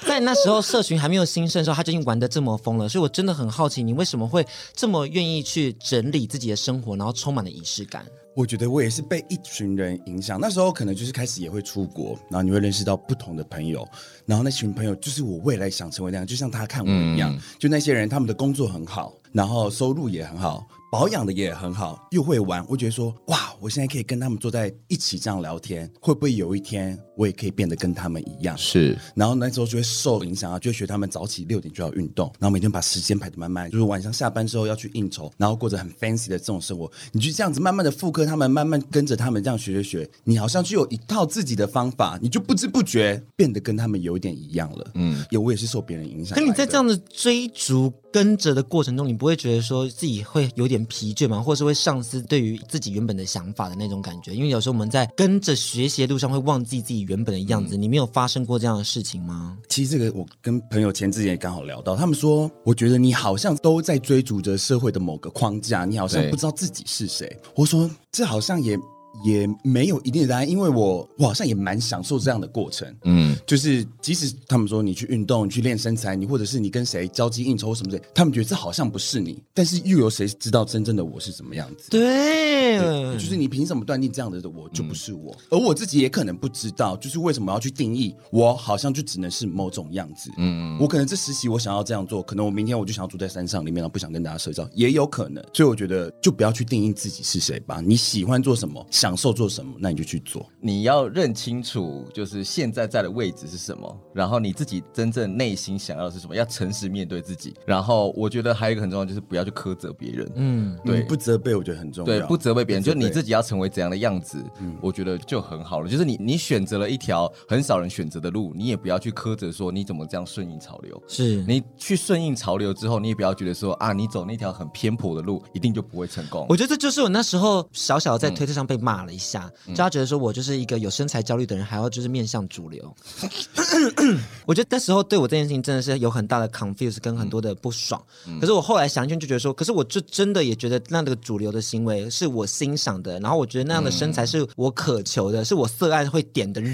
B: 在那时候社群还没有兴盛的时候，他就已经玩的这么疯了，所以我真的很好奇，你为什么会这么愿意去整理自己的生活，然后充满了仪式感？
E: 我觉得我也是被一群人影响，那时候可能就是开始也会出国，然后你会认识到不同的朋友，然后那群朋友就是我未来想成为那样，就像他看我一样，就那些人他们的工作很好，然后收入也很好，保养的也很好，又会玩，我觉得说哇，我现在可以跟他们坐在一起这样聊天，会不会有一天我也可以变得跟他们一样？
C: 是
E: 然后那时候就会受影响啊，就会学他们早起六点就要运动，然后每天把时间排得满满，就是晚上下班之后要去应酬，然后过着很 fancy 的这种生活。你就这样子慢慢的复刻他们，慢慢跟着他们这样学学学，你好像就有一套自己的方法，你就不知不觉变得跟他们有一点一样了。嗯，也我也是受别人影响来
B: 可
E: 的。
B: 你在这样的追逐跟着的过程中，你不会觉得说自己会有点疲倦吗？或是会丧失对于自己原本的想法的那种感觉？因为有时候我们在跟着学习的路上会忘记自己原本的样子。你没有发生过这样的事情吗？
E: 其实这个我跟朋友前之前也刚好聊到，他们说，我觉得你好像都在追逐着社会的某个框架，你好像
C: 对
E: 不知道自己是谁。我说这好像也 也没有一定的答案，因为我我好像也蛮享受这样的过程。
C: 嗯，
E: 就是，即使他们说你去运动、你去练身材，你或者是你跟谁交际应酬什么的，他们觉得这好像不是你，但是又有谁知道真正的我是什么样子？
B: 对，
E: 对嗯就是你凭什么断定这样的我就不是我？而我自己也可能不知道，就是为什么要去定义我好像就只能是某种样子。嗯，我可能这实习我想要这样做，可能我明天我就想要住在山上里面，然后不想跟大家社交，也有可能。所以我觉得就不要去定义自己是谁吧，你喜欢做什么，享受做什么，那你就去做。
C: 你要认清楚，就是现在在的位置是什么，然后你自己真正内心想要的是什么，要诚实面对自己。然后我觉得还有一个很重要，就是不要去苛责别人。
B: 嗯，
C: 对
E: 嗯不责备我觉得很重要，
C: 对，不责备别人，就
E: 不责
C: 你自己要成为怎样的样子，
E: 嗯
C: 我觉得就很好了。就是你，你选择了一条很少人选择的路，你也不要去苛责说你怎么这样顺应潮流。
B: 是
C: 你去顺应潮流之后，你也不要觉得说啊，你走那条很偏颇的路，一定就不会成功。
B: 我觉得这就是我那时候小小在推特上被骂了一下，
E: 嗯
B: 就他觉得说我就是一个有身材焦虑的人，还要就是面向主 流。我觉得那时候对我这件事情真的是有很大的 confuse 跟很多的不爽。
E: 嗯
B: 可是我后来想一圈就觉得说，可是我就真的也觉得那个主流的行为是我欣赏的，然后我觉得那样的身材是我渴求
E: 嗯
B: 的，是我色爱会点的人，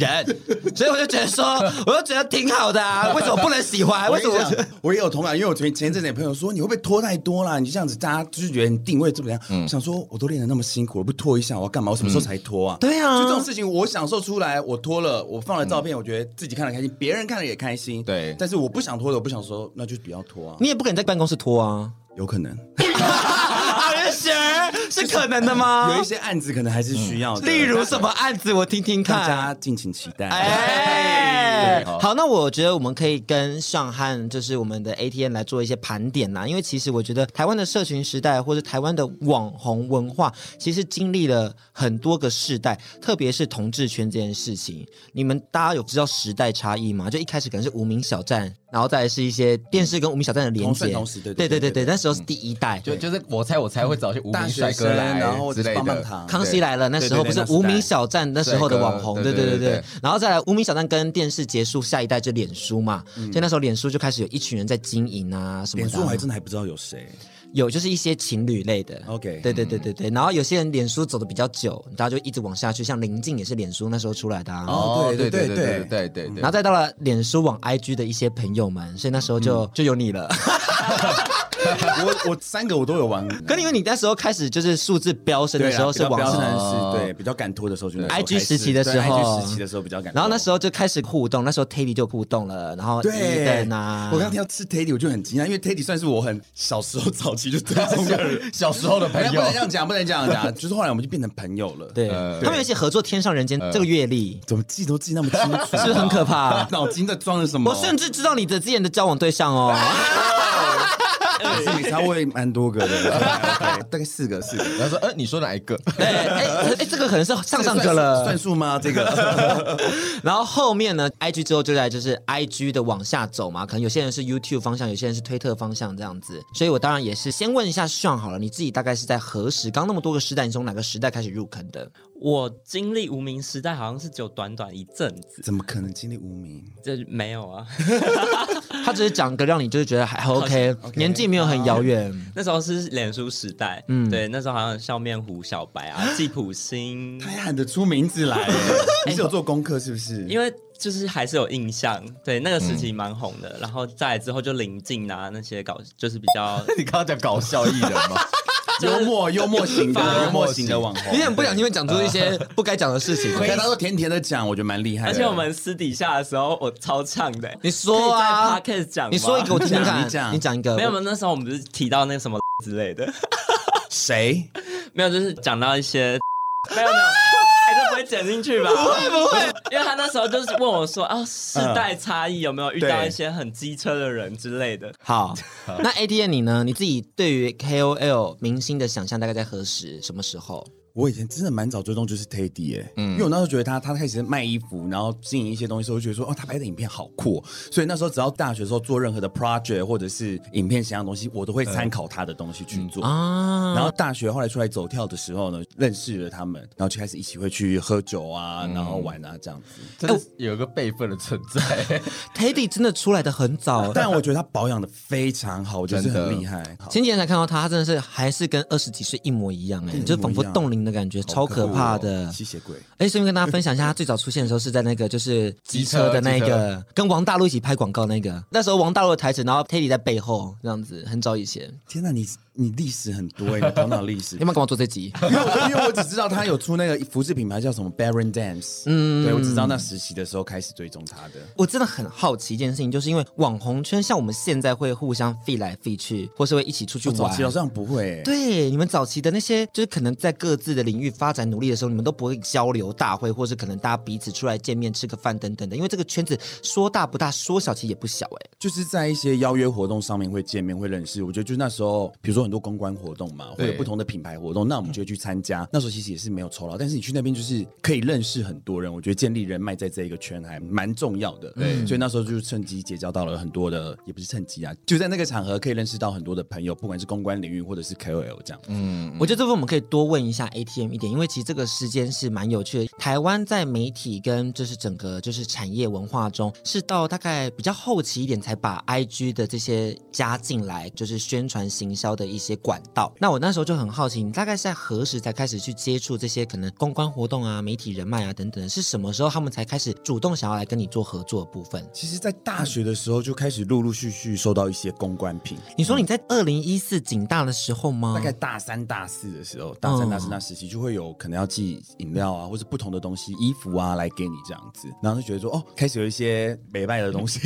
B: 所以我就觉得说，我就觉得挺好的啊，为什么不能喜欢？为什么
E: 我跟你讲我也有同感，因为我前前一阵子有朋友说你会不会拖太多啦？你就这样子，大家就是觉得你定位怎么样？我想说我都练得那么辛苦了，不拖一下我要干嘛？我什么时候才拖啊？
B: 对啊
E: 就这种事情我享受出来，我拖了，我放了照片，
B: 嗯
E: 我觉得自己看了开心，别人看了也开心。
C: 对
E: 但是我不想拖的，我不想说，那就不要拖啊。
B: 你也不可能在办公室脱啊？
E: 有可能
B: 好人学是可能的吗？
E: 有一些案子可能还是需要的，
B: 啊嗯例如什么案子，我听听
E: 大
B: 看。
E: 家敬请期待。
B: 哎
C: 对，好
B: 好，那我觉得我们可以跟上汉，就是我们的 ATN 来做一些盘点啦。因为其实我觉得台湾的社群时代，或者台湾的网红文化，其实经历了很多个世代，特别是同志圈这件事情。你们大家有知道时代差异吗？就一开始可能是无名小站，然后再来是一些电视跟无名小站的连
E: 同盛
B: 接。
E: 同时对
B: 对
E: 对
B: 对
E: 对
B: 对
E: 对
B: 对，那时候是第一代，
C: 就就是我猜我猜会找一些无
E: 大
C: 名
E: 学
C: 帅
E: 生，
C: 哥来，
E: 然后
C: 之类
E: 棒棒
C: 的。
E: 糖，
B: 康熙来了，那时候不
E: 对对
B: 是
E: 对
B: 无名小站那时候的网红，对
C: 对对
B: 对
C: 对
B: 对
C: 对
B: 对。然后再来无名小站跟电视结束，下一代就脸书嘛，所以那时候脸书就开始有一群人在经营啊什么
E: 脸
B: 的
E: 书我
B: 啊
E: 还。真的还不知道有谁。
B: 有就是一些情侣类的
E: OK
B: 对对对对对。然后有些人脸书走的比较久，大家就一直往下去，像林静也是脸书那时候出来的啊。
E: 哦
C: 对
E: 对
C: 对对
E: 对对
C: 对
E: 对嗯
C: 对对对，
B: 然后。再到了脸书往 IG 的一些朋友们，所以那时候就就有你了。
E: 我我三个我都有玩，啊
B: 可是因为你那时候开始就是数字飙升的时候是网
E: 上
B: 上，
E: 是对比较敢拖的时候，就那时候
B: IG
E: 开始
B: 时期的
E: 对
B: 时候
E: IG 时期的时候比较敢拖。
B: 然后那时候就开始互动，那时候 Teddy 就互动了，然后
E: 对
B: Eden 啊，
E: 我刚听到是 Teddy，我就很惊讶，因为 Teddy 算是我很小时候早期就追踪的人
C: 小时候的
E: 不
C: 朋
E: 能不
C: 友
E: 能这样讲，不能这样讲，就是后来我们就变成朋友了。
B: 对，呃
C: 呃
B: 他们有一起合作《天上人间》这个阅历，
E: 怎么记都记那么清楚、啊
B: 是不是很可怕、
E: 脑筋在装了什么？
B: 我甚至知道你的之前的交往对象 哦，
E: 至每差位蛮多个的，大概四个，四个。
C: 然后说，呃，你说哪一个？
B: 哎哎哎，这个可能是上上个了，
E: 算数吗？这个
B: 然后后面呢，IG 之后就在就是 IG 的往下走嘛，可能有些人是 YouTube 方向，有些人是推特方向这样子。所以我当然也是先问一下 Sean 好了，你自己大概是在何时？刚那么多个时代，你从哪个时代开始入坑的？
D: 我经历无名时代好像是只有短短一阵子，
E: 怎么可能经历无名？
D: 这没有啊。
B: 他只是讲个让你就是觉得还还 OK，,
E: OK，
B: 年纪没有很遥远。
D: 那时候是脸书时代，
B: 嗯
D: 嗯，对，那时候好像有笑面虎、小白 啊、吉普星，
E: 他还喊得出名字来，你是有做功课是不是？
D: 因为就是还是有印象，对，那个时期蛮红
B: 嗯
D: 的。然后再来之后就临近啊那些搞，就是比 较
C: 你刚刚讲搞笑艺人 吗？
E: 幽默幽默型的幽默型的网红，
B: 你很不小心会讲出一些不该讲的事 情。
E: 可以，他都甜甜的讲，我觉得蛮厉害的。
D: 而且我们私底下的时候，我超唱的、
B: 你说啊
D: 可以在 podcast 讲吗，
B: 你说一个我听听看，
E: 你讲
B: 你讲一个。
D: 没有没有，那时候我们不是提到那个 什么之类的，
E: 谁？
D: 没有，就是讲到 一些没有没有。哎这不会剪进去吧？不会不会，因为他那时候就是问我说啊，世代
B: 嗯
D: 差异有没有遇到
E: 对
D: 一些很机车的人之类的？
B: 好，那 ADN 你呢？你自己对于 KOL 明星的想象大概在何时、什么时候？
E: 我以前真的蛮早追踪就是 Teddy 哎、
B: 嗯
E: 因为我那时候觉得他他开始卖衣服，然后经营一些东西的时候，我就觉得说哦，他拍的影片好酷哦，所以那时候只要大学的时候做任何的 project 或者是影片相关的东西，我都会参考他的东西去做。
B: 啊，
E: 然后大学后来出来走跳的时候呢，认识了他们，然后就开始一起会去喝酒啊，
B: 嗯
E: 然后玩啊这样子。
C: 真的是有一个辈分的存在。
B: Teddy 真的出来的很早。
E: 但我觉得他保养的非常好，我觉得是
C: 真的
E: 很厉害。好
B: 前几天才看到他，他真的是还是跟二十几岁一模一样哎、
E: 嗯
B: 就仿佛冻龄的感觉，超可怕的。
E: 哦吸血鬼，
B: 哎，顺便跟大家分享一下，他最早出现的时候是在那个就是机
C: 机
B: 车
C: 车
B: 的那
C: 机
B: 个
C: 车，
B: 跟王大陆一起拍广告那个。那时候王大陆的台词，然后 Teddy 在背后这样子，很早以 前。
E: 天哪，你你历史很多哎、你头脑 历史
B: 你有没有跟我做这集？
E: 因为我因为我只知道他有出那个服饰品牌叫什么 Baron Dance，嗯，对我只知道那实习的时候开始追踪他的。
B: 我真的很好奇一件事情，就是因为网红圈像我们现在会互相飞来飞去，或是会一起出去
E: 就哦早
B: 玩
E: 期。好像不会、欸，
B: 对，你们早期的那些，就是可能在各自的领域发展努力的时候，你们都不会交流大会，或是可能大家彼此出来见面吃个饭等等的。因为这个圈子说大不大，说小其实也不小哎、
E: 就是在一些邀约活动上面会见面会认识。我觉得就是那时候，比如说很多公关活动嘛，会
C: 对
E: 有不同的品牌活动，那我们就会去参加。那时候其实也是没有酬劳，但是你去那边就是可以认识很多人。我觉得建立人脉在这一个圈还蛮重要的，对，所以那时候就趁机结交到了很多的，也不是趁机啊，就在那个场合可以认识到很多的朋友，不管是公关领域或者是 KOL 这样。
B: 我觉得这部分我们可以多问一下 ATM 一点，因为其实这个时间是蛮有趣的。台湾在媒体跟就是整个就是产业文化中，是到大概比较后期一点才把 IG 的这些加进来，就是宣传行销的一些管道。那我那时候就很好奇，你大概是在何时才开始去接触这些可能公关活动啊、媒体人脉啊等等？是什么时候他们才开始主动想要来跟你做合作的部分？
E: 其实，在
B: 嗯
E: 大学的时候就开始陆陆续续收到一些公关品，
B: 你说你在二零一四景大的时候吗？
E: 大概大三、大四的时候，大三、
B: 嗯
E: 大四那时期就会有可能要寄饮料啊，或者不同的东西、衣服啊来给你这样子，然后就觉得说，哦，开始有一些美拜的 东西，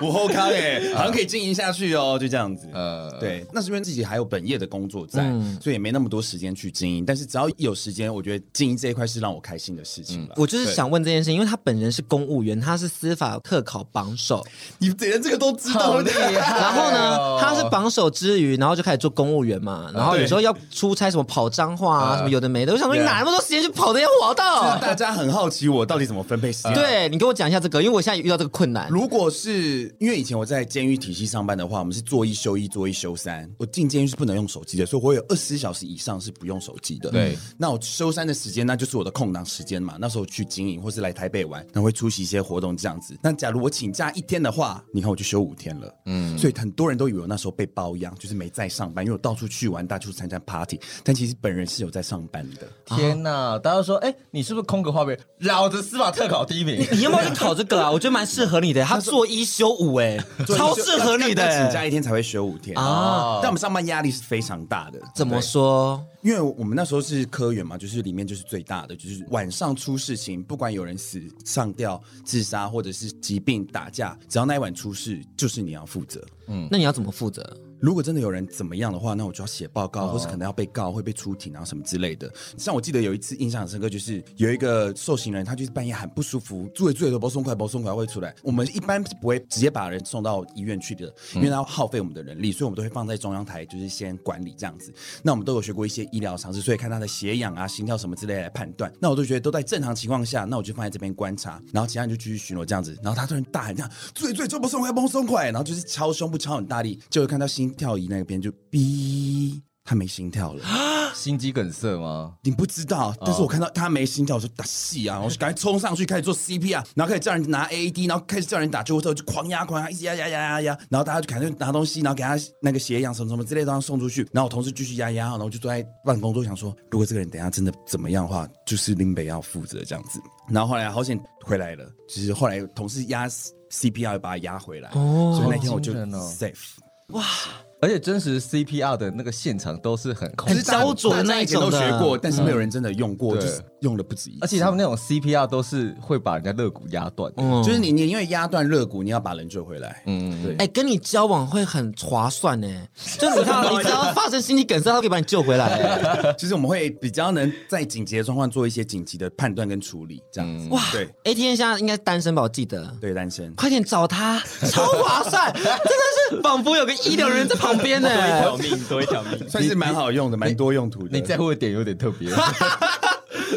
E: 午后咖
B: 嗯
E: 哎，好像可以经营下去哦，就这样子。
C: 呃，
E: 对，那是因为自己还有本业的工作在，
B: 嗯
E: 所以也没那么多时间去经营。但是只要一有时间，我觉得经营这一块是让我开心的事情吧。
B: 我就是想问这件事，因为他本人是公务员，他是司法特考榜 首，
E: 你连这个都知道了，
B: 然后
C: 哦
E: 哎
B: 呢，他是榜首之余，然后就开始做公务员嘛，然后有时候要出差什么跑彰化啊，什么有的没的，我想说你
E: 对啊
B: 哪那么多时间去跑这些活动？
E: 大家很好奇我到底怎么分配时间。
B: 对你跟我讲一下这个，因为我现在也遇到这个困难。
E: 啊如果是因为以前我在监狱体系上班的话，我们是做一休一，做一休三。我进监狱是不能用手机的，所以我有二十四小时以上是不用手机的。
C: 对，
E: 那我休三的时间，那就是我的空档时间嘛。那时候去经营或是来台北玩，那会出席一些活动这样子。那假如我请假一天的话，你看我就休五天了。嗯，所以很多人都以为我那时候被包养，就是没在上班，因为我到处去玩，到处参加 party，但其实本人是有在上班的。
C: 天哪！大家都说，哎，你是不是空格画面？老子司法特考第一名。
B: 你要不要去考这个啊？我觉得蛮适合你的。他做一休舞哎、
E: 做
B: 超适合你的、
E: 要要
B: 欸、
E: 请假一天才会休五天
B: 啊
C: 哦
E: 啊！但我们上班压力是非常大的，
B: 怎么说？
E: 因为我们那时候是科员嘛，就是里面就是最大的，就是晚上出事情，不管有人死、上吊、自杀，或者是疾病、打架，只要那一晚出事，就是你要负责。
B: 那你要怎么负责？
E: 如果真的有人怎么样的话，那我就要写报告，或是可能要被告，会被出庭啊什么之类的。像我记得有一次印象很深刻，就是有一个受刑人，他就是半夜很不舒服，醉醉的，不送快，不送快会出来。我们一般是不会直接把人送到医院去的，因为他要耗费我们的人力，所以我们都会放在中央台，就是先管理这样子。那我们都有学过一些医疗常识，所以看他的血氧啊、心跳什么之类来判断。那我都觉得都在正常情况下，那我就放在这边观察，然后其他人就继续巡逻这样子。然后他突然大喊这样：“最最最不松快，不松快！”然后就是敲胸部敲很大力，就会看到心跳仪那边就哔，他没心跳了。
C: 心肌梗塞吗？
E: 你不知道，但是我看到他没心跳，我就打戏啊，我就赶快冲上去开始做 CPR，然后开始叫人拿 AED，然后开始叫人打救护车，我就狂压狂压，一直压压压压压，然后大家就赶快拿东西，然后给他那个血氧什么什么之类的，让他送出去。然后我同事继续压压，然后我就坐在办公桌想说，如果这个人等一下真的怎么样的话，就是林北要负责这样子。然后后来好险回来了，就是后来同事压 CPR 把他压回来，
B: 哦
E: 所以那天我就
C: 好惊人哦
E: safe。
C: 而且真实 CPR 的那个现场都是很恐
B: 很
C: 怖，
B: 焦灼的那一
E: 以前
B: 种
E: 都
B: 的
E: 学过，但是没有人真的用过，
C: 嗯
E: 就是
C: 对
E: 用了不止一次。
C: 而且他们那种 CPR 都是会把人家肋骨压断。嗯
E: 就是你你因为压断肋骨，你要把人救回来。
C: 嗯，
E: 对
B: 哎、跟你交往会很划算呢、就你看，你只要发生心肌梗塞，他可以把你救回来、欸。
E: 就是我们会比较能在紧急的状况做一些紧急的判断跟处理，这样子。嗯哇，对
B: A T N 现在应该单身吧？我记得。
E: 对，单身。
B: 快点找他，超划算，真的是仿佛有个医疗人在旁边 呢、
D: 条命多一条命。
E: 算是蛮好用的，蛮多用途的。
C: 你在乎的点有点特别。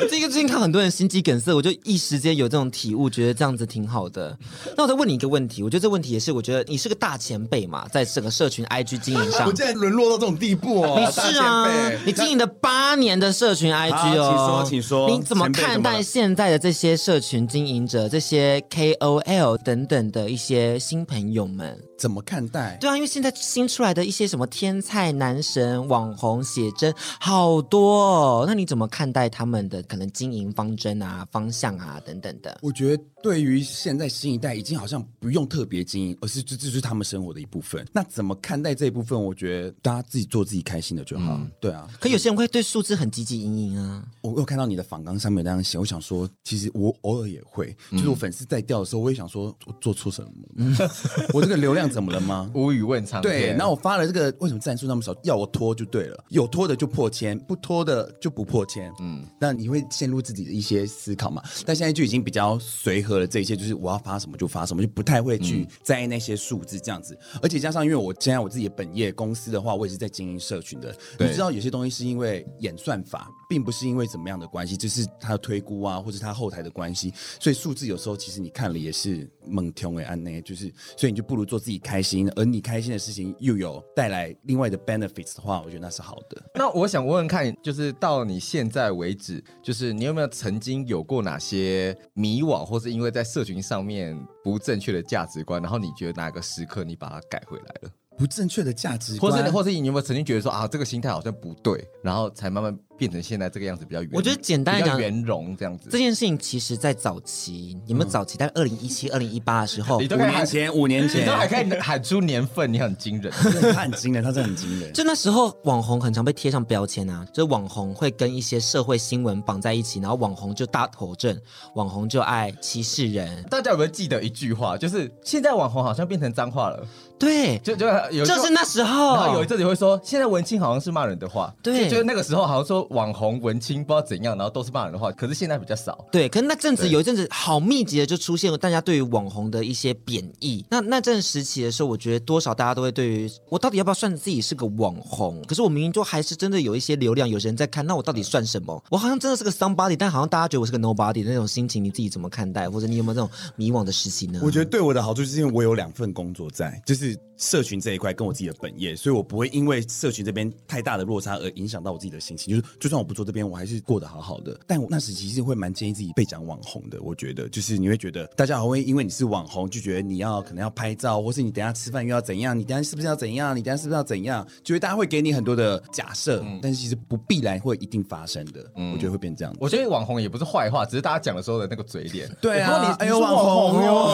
B: 这个最近看很多人心肌梗塞，我就一时间有这种体悟，觉得这样子挺好的。那我再问你一个问题，我觉得这问题也是，我觉得你是个大前辈嘛，在整个社群 IG 经营上
E: 我，竟然沦落到这种地步哦！
B: 你是啊
E: 大前辈，
B: 你经营了八年的社群 IG 哦，
E: 请说请说
B: 你怎么看
E: 前辈怎么
B: 待
E: 了
B: 现在的这些社群经营者、这些 KOL 等等的一些新朋友们？
E: 怎么看待？
B: 对啊，因为现在新出来的一些什么天菜男神、网红写真好多、哦，那你怎么看待他们的可能经营方针啊、方向啊等等的？
E: 我觉得对于现在新一代，已经好像不用特别经营，而是这这就是他们生活的一部分。那怎么看待这一部分？我觉得大家自己做自己开心的就好。对啊，
B: 可有些人会对数字很汲汲营营啊，
E: 我我有看到你的访纲上面有那样写，我想说，其实我偶尔也会，就是我粉丝在掉的时候，我也想说，我做错什么了？ 我这个流量怎么了 吗？
C: 无语问苍天。
E: 对，然后我发了这个，为什么赞数那么少？要我拖就对了，有拖的就破千，不拖的就不破千。嗯，那你会陷入自己的一些思考嘛？但现在就已经比较随和了，这一切就是我要发什么就发什么，就不太会去在意那些数字这样子。而且加上，因为我现在我自己的本业公司的话，我也是在经营社群的。你
C: 对
E: 知道有些东西是因为演算法，并不是因为怎么样的关系，只是它的推估啊，或者它后台的关系。所以数字有时候其实你看了也是蒙天为安呢，啊就是所以你就不如做自己开心，而你开心的事情又有带来另外的 benefits 的话，我觉得那是好的。
C: 那我想问问看，就是到你现在为止，就是你有没有曾经有过哪些迷惘，或是因为在社群上面不正确的价值观，然后你觉得哪个时刻你把它改回来了，
E: 不正确的价值
C: 或
E: 观，
C: 是或是你有没有曾经觉得说啊，这个心态好像不对，然后才慢慢变成现在这个样子比较圆？
B: 我觉得简单来
C: 比较
B: 讲
C: 圆融这样子嗯
B: 这。件事情其实在早期，你们早期在二零一七、二零一八的时候
C: 你，都
E: 五
C: 可以
E: 年
C: 喊，
E: 前，五年
C: 你
E: 前
C: 都，还可以喊出年份，你很惊人。
E: 他很惊人，他真的很惊人。
B: 就那时候网红很常被贴上标签啊，就是网红会跟一些社会新闻绑在一起，然后网红就大头症，网红就爱歧视人，
C: 大家有没有记得一句话？就是现在网红好像变成脏话了，
B: 对，
C: 就就有一句
B: 就是那时候，
C: 然后有一阵子会说，现在文青好像是骂人的话，
B: 对
C: 就觉得那个时候好像说网红文青不知道怎样，然后都是骂人的话，可是现在比较少。
B: 对，可是那阵子
C: 对
B: 有一阵子好密集的就出现大家对于网红的一些贬义。那那阵时期的时候，我觉得多少大家都会对于我到底要不要算自己是个网红？可是我明明就还是真的有一些流量，有人在看，那我到底算什么？我好像真的是个 somebody，但好像大家觉得我是个 nobody 的那种心情，你自己怎么看待？或者你有没有这种迷惘的时期呢？
E: 我觉得对我的好处是因为我有两份工作在，就是是社群这一块跟我自己的本业，所以我不会因为社群这边太大的落差而影响到我自己的心情。就是就算我不做这边，我还是过得好好的。但我那时其实会蛮建议自己被讲网红的，我觉得就是你会觉得大家还会因为你是网红就觉得你要可能要拍照，或是你等一下吃饭又要怎样，你等一下是不是要怎样，你等一下是不是要怎样，就会大家会给你很多的假设，但是其实不必然会一定发生的。我觉得会变这样。
C: 我觉得网红也不是坏话，只是大家讲的时候的那个嘴脸。
E: 对
C: 不过
E: 啊
C: 你，
E: 哎
C: 你
E: 呦
C: 是
E: 网红
C: 哟
E: 哟，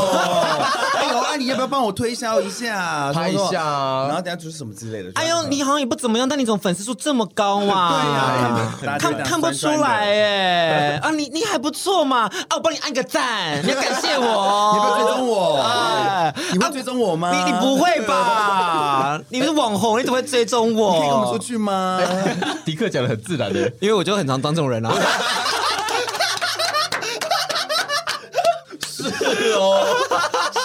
E: 哎呦，啊，你要不要帮我推销一下，
C: 拍一
E: 什么什
C: 下
E: 么
C: 啊
E: 然后等下就是什么之类的。
B: 哎呦，你好像也不怎么样，但你怎么粉丝数这么高啊？
E: 啊大家就这
B: 看
E: 样
B: 看不出
E: 酸酸的
B: 来哎、啊，你你还不错嘛，啊，我帮你按个赞，你要感谢我，
E: 你会追踪我？
B: 哎
E: 你会追踪我吗？
B: 你你不会吧？你是网红，你怎么会追踪
E: 你可以跟我们
B: 我
E: 出？去吗？
C: 迪克讲的很自然的，
B: 因为我就很常当这种人啊。
C: 是哦，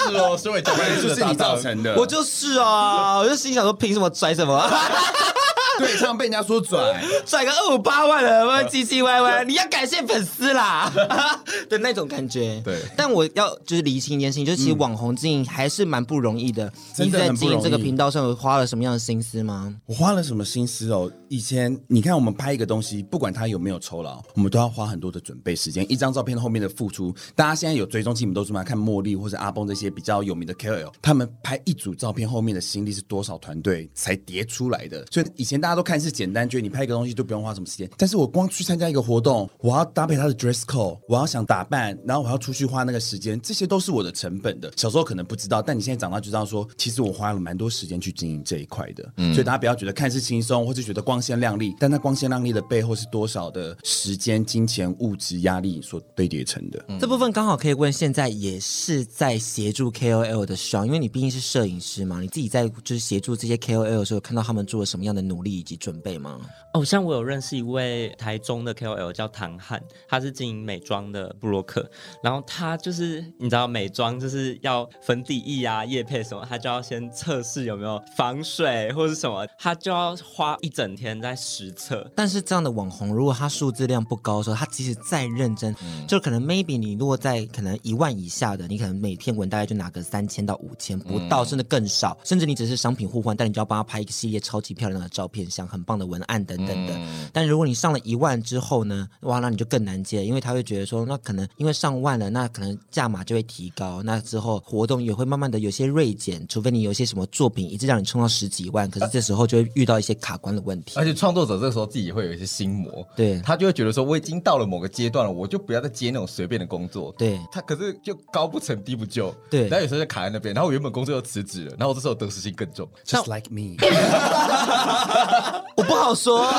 C: 是哦，所以讲的
E: 就是你造。成的。
B: 我就是啊，我就心想说，凭什么拽什么？
E: 对，常常被人家说拽，
B: 拽个二五八万的，歪唧唧歪歪，你要感谢粉丝啦的那种感觉。
C: 对
B: 但我要就是厘清一件事情，就是其实网红经营还是蛮不容易的。
E: 真
B: 你
E: 的
B: 在
E: 很不
B: 经营这个
E: 容易
B: 频道上有花了什么样的心思吗？
E: 我花了什么心思哦？以前你看我们拍一个东西，不管它有没有酬劳，我们都要花很多的准备时间。一张照片后面的付出，大家现在有追踪器，你们都知道吗？看茉莉或者阿崩这些比较有名的 KOL，他们拍一组照片后面的心力是多少团队才叠出来的？所以以前大家都看似简单，觉得你拍一个东西就不用花什么时间。但是我光去参加一个活动，我要搭配他的 dress code，我要想打扮，然后我要出去花那个时间，这些都是我的成本的。小时候可能不知道，但你现在长大就知道说，其实我花了蛮多时间去经营这一块的。所以大家不要觉得看似轻松，或是觉得光鲜亮丽，但那光鲜亮丽的背后是多少的时间、金钱、物质压力所堆叠成的。
B: 这部分刚好可以问，现在也是在协助 KOL 的双，因为你毕竟是摄影师嘛，你自己在就是协助这些 KOL 的时候，有看到他们做了什么样的努力以及准备吗？
D: 哦，像我有认识一位台中的 KOL 叫唐汉，他是经营美妆的布洛克，然后他就是你知道美妆就是要粉底液啊、液配什么，他就要先测试有没有防水或是什么，他就要花一整天在实测。
B: 但是这样的网红，如果他数字量不高的时候，他即使再认真，就可能 maybe 你如果在可能一万以下的，你可能每篇文大概就拿个三千到五千不到，甚至更少，甚至你只是商品互换，但你就要帮他拍一个系列超级漂亮的照片，像很棒的文案等等的。但如果你上了一万之后呢，哇，那你就更难接，因为他会觉得说，那可能因为上万了，那可能价码就会提高，那之后活动也会慢慢的有些锐减，除非你有一些什么作品一直让你冲到十几万，可是这时候就会遇到一些卡关的问题
C: 而。且创作者这时候自己也会有一些心魔，
B: 对
C: 他就会觉得说我已经到了某个阶段了，我就不要再接那种随便的工作。
B: 对
C: 他可是就高不成低不就，
B: 对
C: 然后有时候就卡在那边，然后我原本工作又辞职了，然后我这时候得失心更重。
E: Just like me，
B: 我不好说。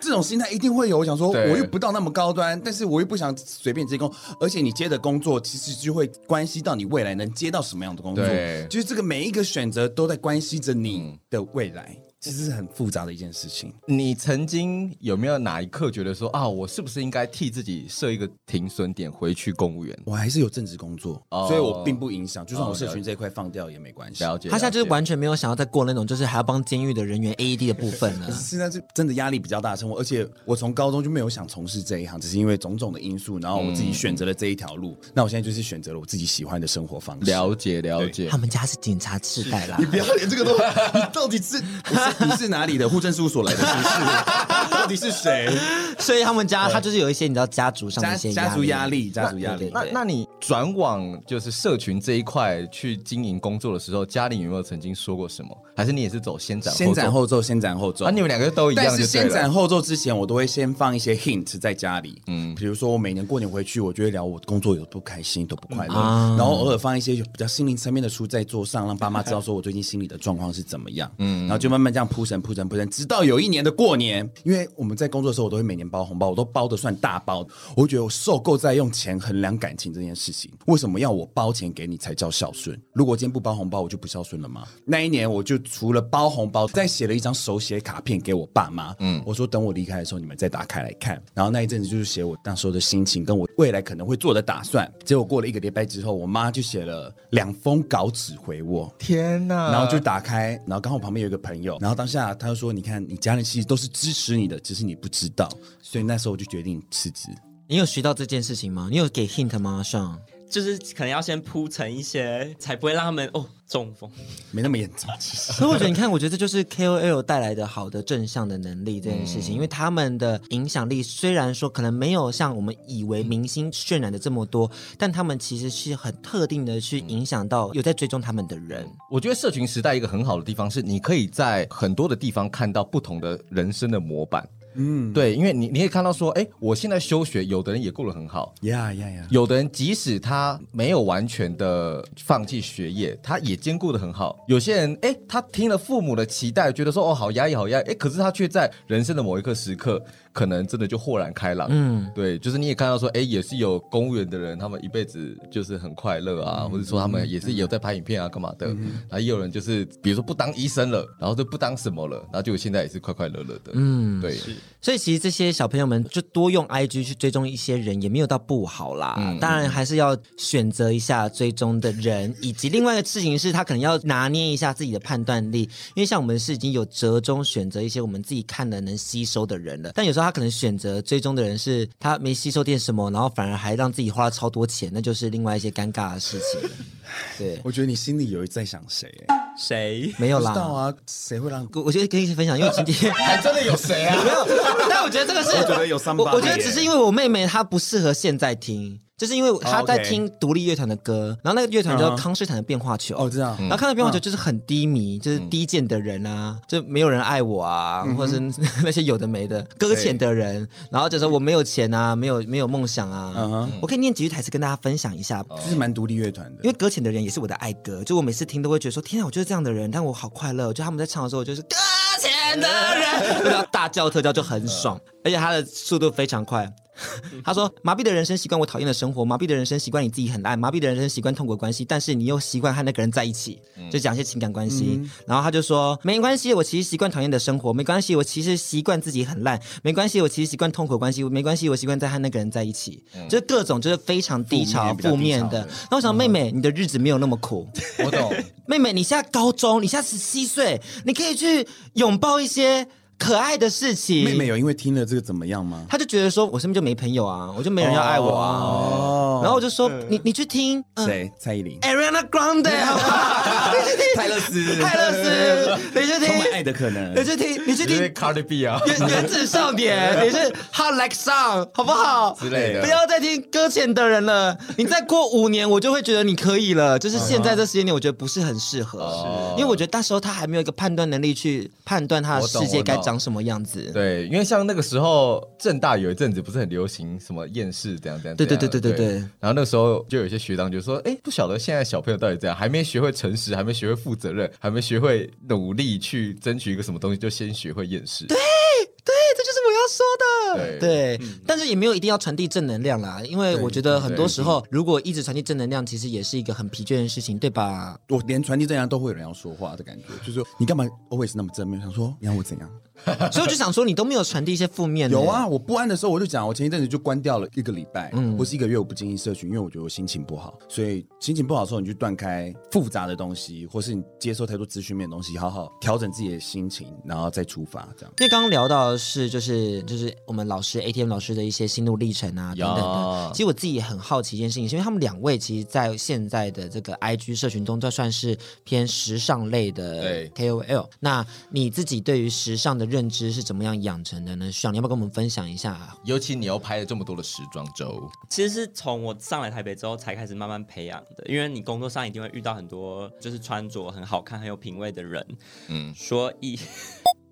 E: 这种心态一定会有。我想说，
C: 对
E: 我又不到那么高端，但是我又不想随便接工，而且你接的工作其实就会关系到你未来能接到什么样的工作
C: 对，嗯
E: 就是这个每一个选择都在关系着你的未来，其实是很复杂的一件事情。
C: 你曾经有没有哪一刻觉得说啊，我是不是应该替自己设一个停损点回去公务员？
E: 我还是有正职工作，
C: 哦
E: 所以我并不影响，就算我社
C: 哦了
E: 群
C: 解
E: 这一块放掉也没关系。
C: 了解，
B: 他现在就是
C: 了解
B: 完全没有想要再过那种就是还要帮监狱的人员 AED 的部分了
E: 可是。现在是真的压力比较大的生活，而且我从高中就没有想从事这一行，只是因为种种的因素，然后我自己选择了这一条路。那我现在就是选择了我自己喜欢的生活方式。
C: 了解了解
B: 他。们家是警察世代啦
E: 你，不要连这个都，你到底是你是你是哪里的？户政事 务所来的，是不是？到底是谁？
B: 所以他们家他就是有一些你知道家族上的
E: 家
B: 一些
E: 家族压力，家族
B: 对
E: 压
B: 对。
E: 力
C: 那那你转往就是社群这一块去经营工作的时候，家里有没有曾经说过什么？还是你也是走先斩
E: 先斩
C: 奏
E: 后奏，先斩后奏。
C: 啊？你们两个都一样
E: 但
C: 就是对
E: 先斩
C: 了。
E: 后奏之前，我都会先放一些 hint 在家里，嗯，比如说我每年过年回去，我就会聊我工作有多不开心、多不快乐，
C: 嗯
E: 然后偶尔放一些比较心灵层面的书在桌上，让爸妈知道说我最近心理的状况是怎么样，嗯，然后就慢慢这样铺陈、铺陈、铺陈，直到有一年的过年，因为我们在工作的时候，我都会每年包红包，我都包的算大包，我会觉得我受够在用钱衡量感情这件事情，为什么要我包钱给你才叫孝顺？如果今天不包红包，我就不孝顺了吗？那一年我就除了包红包，再写了一张手写卡片给我爸妈，嗯，我说等我离开的时候你们再打开来看。然后那一阵子就是写我那时候的心情跟我未来可能会做的打算。结果过了一个礼拜之后，我妈就写了两封稿纸回我，
C: 天哪！
E: 然后就打开，然后刚好旁边有一个朋友，然后当下他就说：“你看，你家人其实都是支持你的，只是你不知道。”所以那时候我就决定辞职。
B: 你有学到这件事情吗？你有给 hint 吗？上
D: 就是可能要先铺成一些，才不会让他们哦中风。
E: 没那么严重，其实。
B: 所以我觉得，你看，我觉得这就是 KOL 带来的好的正向的能力这件事情，
E: 嗯
B: 因为他们的影响力虽然说可能没有像我们以为明星渲染的这么多，但他们其实是很特定的去影响到有在追踪他们的人。
C: 我觉得社群时代一个很好的地方是，你可以在很多的地方看到不同的人生的模板。嗯，对，因为你你也看到说，哎，我现在休学，有的人也过得很好，
E: 呀呀呀！
C: 有的人即使他没有完全的放弃学业，他也兼顾的很好。有些人，哎，他听了父母的期待，觉得说哦好压抑，好压抑，哎，可是他却在人生的某一刻时刻，可能真的就豁然开朗。
B: 嗯，
C: 对，就是你也看到说，哎，也是有公务员的人，他们一辈子就是很快乐啊，
B: 嗯
C: 或者说他们也是有在拍影片啊，干嘛的。然后也有人就是，比如说不当医生了，然后就不当什么了，然后结果现在也是快快乐乐的。嗯，对，
B: 所以其实这些小朋友们就多用 IG 去追踪一些人，也没有到不好啦。当然还是要选择一下追踪的人，以及另外一个事情是他可能要拿捏一下自己的判断力，因为像我们是已经有折中选择一些我们自己看了能吸收的人了，但有时候他可能选择追踪的人是他没吸收点什么，然后反而还让自己花了超多钱，那就是另外一些尴尬的事情了。对，
E: 我觉得你心里有在想谁、欸？
D: 谁？
B: 没有
E: 不知道
B: 啦。
E: 啊，谁会让？
B: 我我觉得可以分享，因为今 天
C: 还真的有谁啊？
B: 没有，但我觉得这个是，
E: 我觉得有三八
B: 我我觉得只是因为我妹妹她不适合现在听，就是因为她在听独立乐团的歌，然后那个乐团叫
E: 哦嗯
B: 康斯坦的变化球。
E: 哦，知嗯道。
B: 然后看到变化球就是很低迷，就是低贱的人啊，就没有人爱我啊，
E: 嗯
B: 或者是 那些有的没的搁浅的人，然后就说我没有钱啊，没有没有梦想
E: 嗯
B: 啊
E: 哼。
B: 我可以念几句台词跟大家分享一下，
E: 就是蛮独立乐团的，
B: 因为搁浅的人也是我的爱歌，就我每次听都会觉得说，天啊，我就是这样的人，但我好快乐。就他们在唱的时候，我就是搁浅的人，然后大叫特叫就很爽，而且他的速度非常快。他说：“麻痹的人生习惯我讨厌的生活，麻痹的人生习惯你自己很爱，麻痹的人生习惯痛苦的关系，但是你又习惯和那个人在一起，
E: 嗯
B: 就讲一些情感关系。然后他就说：没关系，我其实习惯讨厌的生活，没关系，我其实习惯自己很烂，没关系，我其实习惯痛苦的关系，没关系，我习惯在和那个人在一起，就是各种就是非常低潮、
E: 嗯负面比较低
B: 负面
E: 潮
B: 的
E: 的。
B: 那我想，妹妹，你的日子没有那么 苦。
C: 我懂。
B: 妹妹，你现在高中，你现在十七岁，你可以去拥抱一些可爱的事情。
E: 妹妹有因为听了这个怎么样吗？
B: 她就觉得说，我身边就没朋友啊，我就没人要爱我啊。
E: 哦
B: 然后我就说，你你去听，嗯、
E: 谁？蔡依林、
B: Ariana Grande 好不好？你去听
E: 泰勒斯
B: 泰勒斯，你去
E: 充满爱
B: 听，
E: 的可 能
B: 你。去听，你去
C: 因为
B: 听
C: Cardi B 啊，
B: 原原子少年，你是 Hot Like Sun，好不好？
C: 之类的
B: 不要再听搁浅的人了。你再过五年，我就会觉得你可以了。就是现在这时间点，我觉得不是很适合，因为我觉得那时候他还没有一个判断能力去判断他的
C: 我懂
B: 世界
C: 我懂
B: 该长什么样子。
C: 对，因为像那个时候正大有一阵子不是很流行什么厌世怎样怎样，
B: 对对
C: 怎样
B: 对对对对
C: 然后那时候就有一些学长就说，哎，不晓得现在小朋友到底怎样，还没学会诚实，还没学会负责任，还没学会努力去争取一个什么东西，就先学会厌世。对，
B: 对，这就是我要说的。对
C: 对，
B: 但是也没有一定要传递正能量啦，因为我觉得很多时候，如果一直传递正能量，其实也是一个很疲倦的事情，对吧？
E: 我连传递这样都会有人要说话的感觉，就是说你干嘛 always 那么正面？想说你要我怎样？
B: 所以我就想说，你都没有传递一些负面的。
E: 有啊，我不安的时候我就讲，我前一阵子就关掉了一个礼拜，或是一个月，我不经营社群，因为我觉得我心情不好，所以心情不好的时候，你就断开复杂的东西，或是你接受太多资讯面的东西，好好调整自己的心情，然后再出发，这样。
B: 因为刚刚聊到的是就是就是我们老师 ATM 老师的一些心路历程啊等
C: 呀
B: 等的，其实我自己也很好奇一件事情，是因为他们两位其实，在现在的这个 IG 社群中，都算是偏时尚类的
C: 对
B: KOL。那你自己对于时尚的认知是怎么样养成的呢？徐朗，你要不要跟我们分享一下啊？
C: 尤其你又拍了这么多的时装周，
D: 其实是从我上来台北之后才开始慢慢培养的，因为你工作上一定会遇到很多就是穿着很好看、很有品味的人，嗯，所以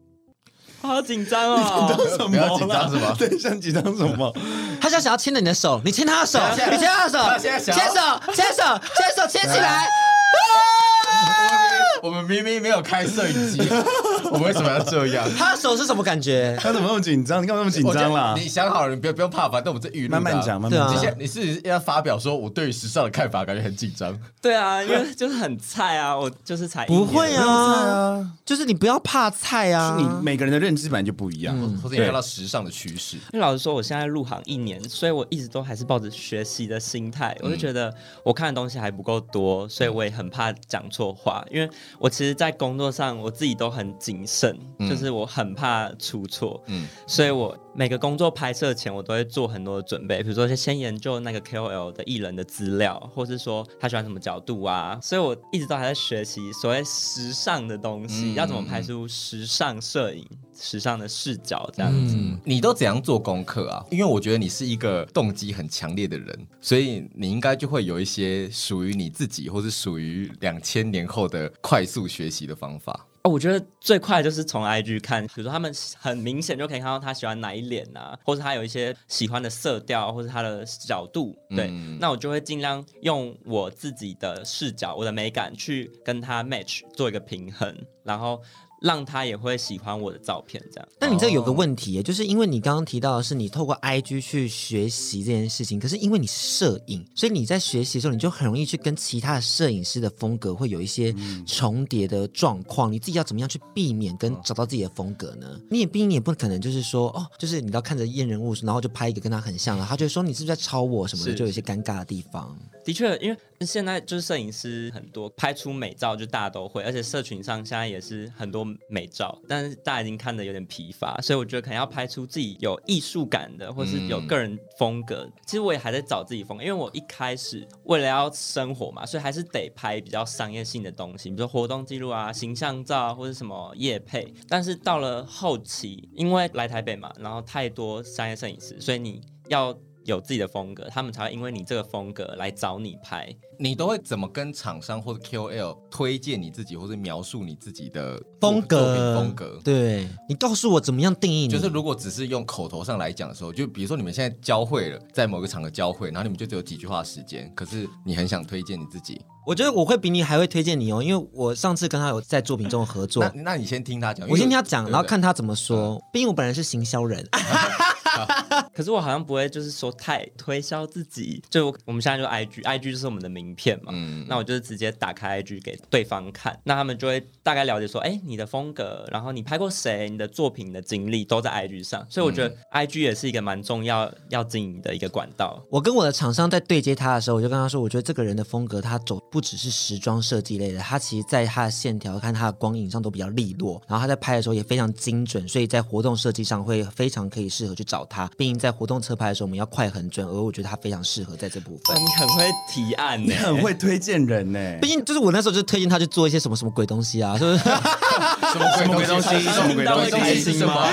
D: 好紧张哦。
E: 什
C: 不要紧张是吧
E: 对，像紧张什么？
B: 他现在想要牵着你的手，你牵他的手，
C: 他现在
B: 你牵他的
C: 他
B: 手，
C: 现
B: 牵
C: 在
B: 手
C: 想要，啊
B: 牵手，牵手，牵起来。
C: 我们明明没有开摄影机， 我们为什么要这样？
B: 他的手是什么感觉？
E: 他怎么那么紧张？你干嘛那么紧张啦
C: 我觉得？你想好了，你不要不用怕，反正我们这语录的啊
E: 慢慢讲，。慢
B: 对啊
E: 慢
C: 你
E: 讲。
C: 现你是要发表说我对于时尚的看法，感觉很紧张。
D: 对啊，因为就是很菜啊，我就是才一
B: 不会
D: 年
B: 啊，就是你不要怕菜啊。
E: 你每个人的认知本来就不一样，
C: 或者你看到时尚的趋势，
D: 因为老实说，我现在入行一年，所以我一直都还是抱着学习的心态。
C: 嗯
D: 我就觉得我看的东西还不够多，所以我也很怕讲错话。因为我其实，在工作上我自己都很谨慎，
C: 嗯
D: 就是我很怕出错，
C: 嗯
D: 所以我每个工作拍摄前，我都会做很多的准备，比如说先研究那个 KOL 的艺人的资料，或是说他喜欢什么角度啊。所以我一直都还在学习所谓时尚的东西，
C: 嗯
D: 要怎么拍出时尚摄影、时尚的视角这样子。
C: 嗯，你都怎样做功课啊？因为我觉得你是一个动机很强烈的人，所以你应该就会有一些属于你自己，或是属于两千年后的快速学习的方法。
D: 哦，我觉得最快就是从 IG 看，比如说他们很明显就可以看到他喜欢哪一脸啊，或是他有一些喜欢的色调，啊或是他的角度。对，
C: 嗯
D: 那我就会尽量用我自己的视角、我的美感去跟他 match 做一个平衡，然后让他也会喜欢我的照片。这样，
B: 那你这有个
C: 哦
B: 问题耶，就是因为你刚刚提到的是你透过 IG 去学习这件事情，可是因为你是摄影，所以你在学习的时候，你就很容易去跟其他的摄影师的风格会有一些
C: 嗯
B: 重叠的状况。你自己要怎么样去避免跟找到自己的风格呢？你也毕竟你也不可能就是说哦，就是你要看着验人物，然后就拍一个跟他很像啊了，他就会说你是不是在抄我什么的，
D: 是
B: 就有一些尴尬的地方。
D: 的确，因为现在就是摄影师很多，拍出美照就大家都会，而且社群上现在也是很多美照，但是大家已经看的有点疲乏，所以我觉得可能要拍出自己有艺术感的，或是有个人风格。其实我也还在找自己风格，因为我一开始为了要生活嘛，所以还是得拍比较商业性的东西，比如说活动记录啊、形象照啊，或者什么夜配。但是到了后期，因为来台北嘛，然后太多商业摄影师，所以你要。有自己的风格，他们才会因为你这个风格来找你拍。
C: 你都会怎么跟厂商或者 KOL 推荐你自己，或者描述你自己的
B: 风
C: 作品
B: 格，
C: 风格？
B: 对你告诉我怎么样定义你，
C: 就是如果只是用口头上来讲的时候，就比如说你们现在交汇了，在某个场合交汇，然后你们就只有几句话的时间，可是你很想推荐你自己，
B: 我觉得我会比你还会推荐你哦，因为我上次跟他有在作品中合作
C: 那，那你先听他讲，
B: 我先听他讲，
C: 啊对嗯
B: 然后看他怎么说。毕竟我本人是行销人，
D: 可是我好像不会，就是说太推销自己。就我们现在就 IG，IG 就是我们的名片嘛。
C: 嗯
D: 那我就是直接打开 IG 给对方看，那他们就会大概了解说，哎、你的风格，然后你拍过谁，你的作品、你的经历都在 IG 上，所以我觉得 IG 也是一个蛮重要要经营的一个管道。
B: 我跟我的厂商在对接他的时候，我就跟他说，我觉得这个人的风格，他走不只是时装设计类的，他其实在他的线条、看他的光影上都比较利落，然后他在拍的时候也非常精准，所以在活动设计上会非常可以适合去找他。毕竟在活动侧拍的时候，我们要快很准，而我觉得他非常适合在这部
D: 哇
B: 分。
D: 你很会提案呢、
E: 你 很会推荐人呢、
B: 毕竟就是我那时候就推荐他去做一些什么什么鬼东西啊，就是
C: 什么鬼东西，什么鬼
D: 东西
C: 什么？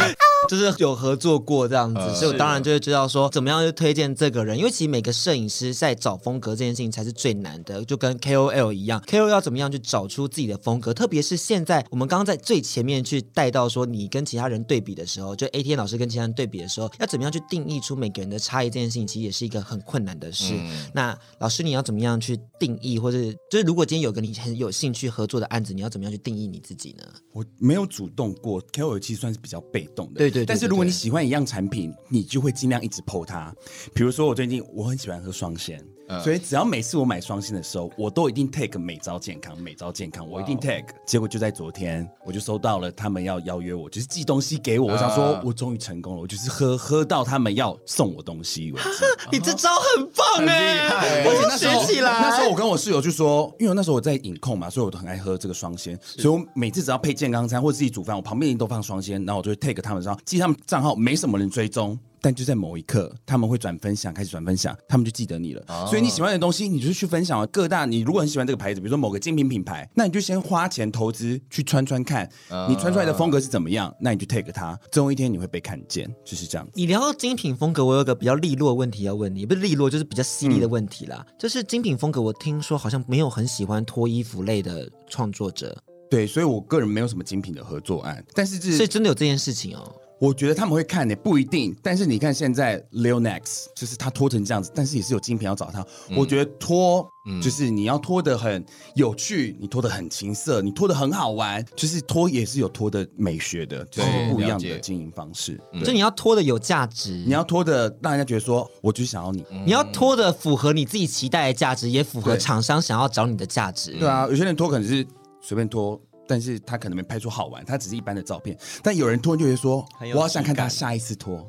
B: 就是有合作过这样子，
C: 呃
B: 所以我当然就会知道说怎么样去推荐这个人，因为其实每个摄影师在找风格这件事情才是最难的，就跟 KOL 一样，KOL 要怎么样去找出自己的风格，特别是现在我们刚刚在最前面去带到说你跟其他人对比的时候，就 ATN 老师跟其他人对比的时候，要怎么样去定义出每个人的差异这件事情，其实也是一个很困难的事。那老师你要怎么样去定义，或是就是如果今天有个你很有兴趣合作的案子，你要怎么样去定义你自己呢？
E: 我没有主动过，KOL 其实算是比较被动的。
B: 对对对
E: 但是如
B: 对
E: 果
B: 对
E: 你喜欢一样产品，你就会尽量一直 PO 它。比如说我最近我很喜欢喝双鲜。
B: 嗯
E: 所以只要每次我买双鲜的时候，我都一定 take 美招健康，美招健康，我一定
B: 哦
E: take。结果就在昨天，我就收到了他们要邀约我，就是寄东西给我。我想说
B: 嗯
C: 啊，
E: 我终于成功了，我就是喝喝到他们要送我东西为止。
B: 你这招很棒哎、
C: 害
E: 而且那时候
B: 学起来
E: 那时候我跟我室友就说，因为那时候我在饮控嘛，所以我都很爱喝这个双鲜，所以我每次只要配健康餐或者自己煮饭，我旁边一定都放双鲜，然后我就会 take 他们账号，记他们账号，没什么人追踪。但就在某一刻，他们会转分享，开始转分享，他们就记得你了。
B: 哦
E: 所以你喜欢的东西，你就是去分享啊各大。你如果很喜欢这个牌子，比如说某个精品品牌，那你就先花钱投资去穿穿看，
B: 啊
E: 你穿出来的风格是怎么样，那你就 take 它。总有一天你会被看见，就是这样。
B: 你聊到精品风格，我有个比较利落的问题要问你，也不是利落，就是比较犀
E: 嗯
B: 利的问题啦。就是精品风格，我听说好像没有很喜欢脱衣服类的创作者，
E: 对，所以我个人没有什么精品的合作案，但是这
B: 所以真的有这件事情哦。
E: 我觉得他们会看的、不一定。但是你看现在 Lil Nex，就是他拖成这样子，但是也是有精品要找他。我觉得拖，就是你要拖的很有趣，你拖的很情色，你拖的很好玩，就是拖也是有拖的美学的，就是
C: 对
E: 不一样
C: 了解
E: 的经营方式。
B: 就你要脱的有价值，
E: 你
B: 你
E: 要拖的让人家觉得说，我就是想要你。
B: 你要脱的符合你自己期待的价值，也符合
E: 对
B: 厂商想要找你的价值。
E: 对啊，有些人拖可能是随便拖。但是他可能没拍出好玩，他只是一般的照片。但有人拖就会说，
D: 很有
E: 我好想看
D: 质
E: 他
D: 感
E: 下一次拖，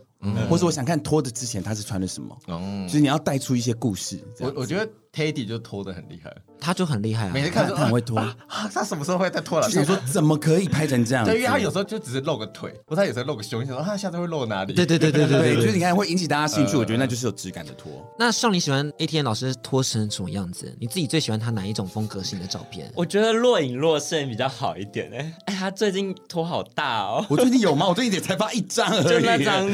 E: 或者我想看拖的之前他是穿的什么。
C: 嗯
E: 就是你要带出一些故事。这
C: 我
E: 样
C: 我觉得 Teddy 就拖得很厉害，
B: 他就很厉害啊
C: 每。次看
E: 他
C: 说
E: 他很会拖
C: 啊啊 他什么时候会再拖了？
E: 想说怎么可以拍成这样子？
C: 对，因为他有时候就只是露个腿，或者他有时候露个胸，你想说他下次会露哪里？
B: 对对对对对
E: 对，就
B: 对
E: 是
B: 对。
E: 你看会引起大家
C: 呃
E: 兴趣，我觉得那就是有质感的拖。
B: 那少你喜欢 ATN 老师拖成什么样子？你自己最喜欢他哪一种风格性的照片？
D: 我觉得若隐若现比较好一点哎、哎，他最近拖好大哦，
E: 我最近有吗？我最近也才发一张而已。
D: 就那张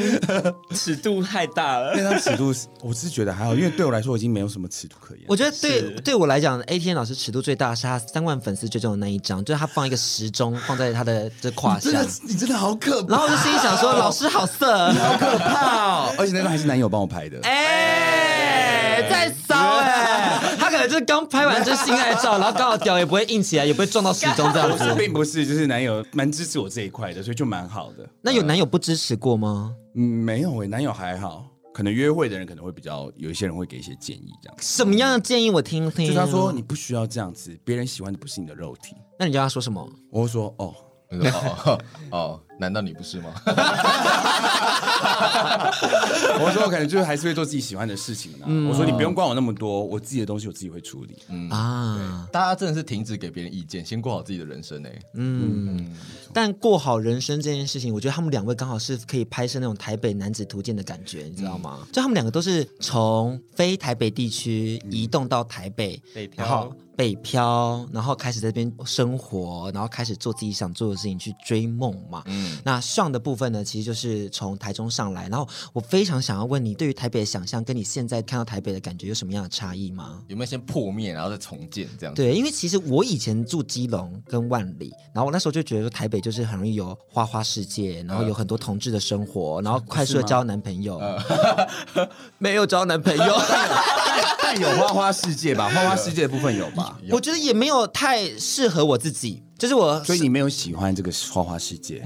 D: 尺度太大了。
E: 那张尺度是，我是觉得还好，因为对我来说我已经没有什么尺度可言。
B: 我觉得对对我来讲，ATN 老师尺度最大是他三万粉丝追踪的那一张，就是他放一个时 钟放在他的这胯
E: 真
B: 下
E: 的，，你真的好可怕，
B: 然后我就心里想 说，老师好色，
E: 好可怕哦！而且那个还是男友帮我拍的。
B: 哎、在骚哎、他可能就是刚拍完这性爱 照，然后刚好屌也不会硬起来，也不会撞到时钟这样
E: 不 是，
B: 子。
E: 并不是，就是男友蛮支持我这一块的，所以就蛮好的。
B: 那有男友不支持过吗？
E: 嗯，没有诶、男友还好，可能约会的人可能会比较，有一些人会给一些建议这样。
B: 什么样的建议我听
C: 嗯
B: 听？
E: 就是他说你，不需要这样子，别人喜欢的不是你的肉体。
B: 那你叫他说什么？
E: 我会说哦，
C: 我说哦哦哦，难道你不是吗？
E: 我说我可能就是还是会做自己喜欢的事情啊。我说你不用管我那么多，我自己的东西我自己会处理。
B: 啊，
C: 大家真的是停止给别人意见，先过好自己的人生哎、
B: 嗯，但过好人生这件事情，我觉得他们两位刚好是可以拍摄那种台北男子图鉴的感觉，你知道
D: 嗯
B: 吗？就他们两个都是从非台北地区移动到台北，
D: 北漂
B: 然后北漂，然后开始在这边生活，然后开始做自己想做的事情，去追梦嘛。
C: 嗯，
B: 那上的部分呢，其实就是从台中上来，然后我非常想要问你，对于台北的想象跟你现在看到台北的感觉有什么样的差异吗？
C: 有没有先破灭，然后再重建这样子？
B: 对，因为其实我以前住基隆跟万里，然后我那时候就觉得说台北就是很容易有花花世界，然后
C: 嗯
B: 有很多同志的生活，然后快速的交男朋友，
C: 嗯
B: 没有交男朋友，
E: 但有花花世界吧，花花世界的部分有吧？
B: 我觉得也没有太适合我自己，就是我
E: 所以你没有喜欢这个花花世界，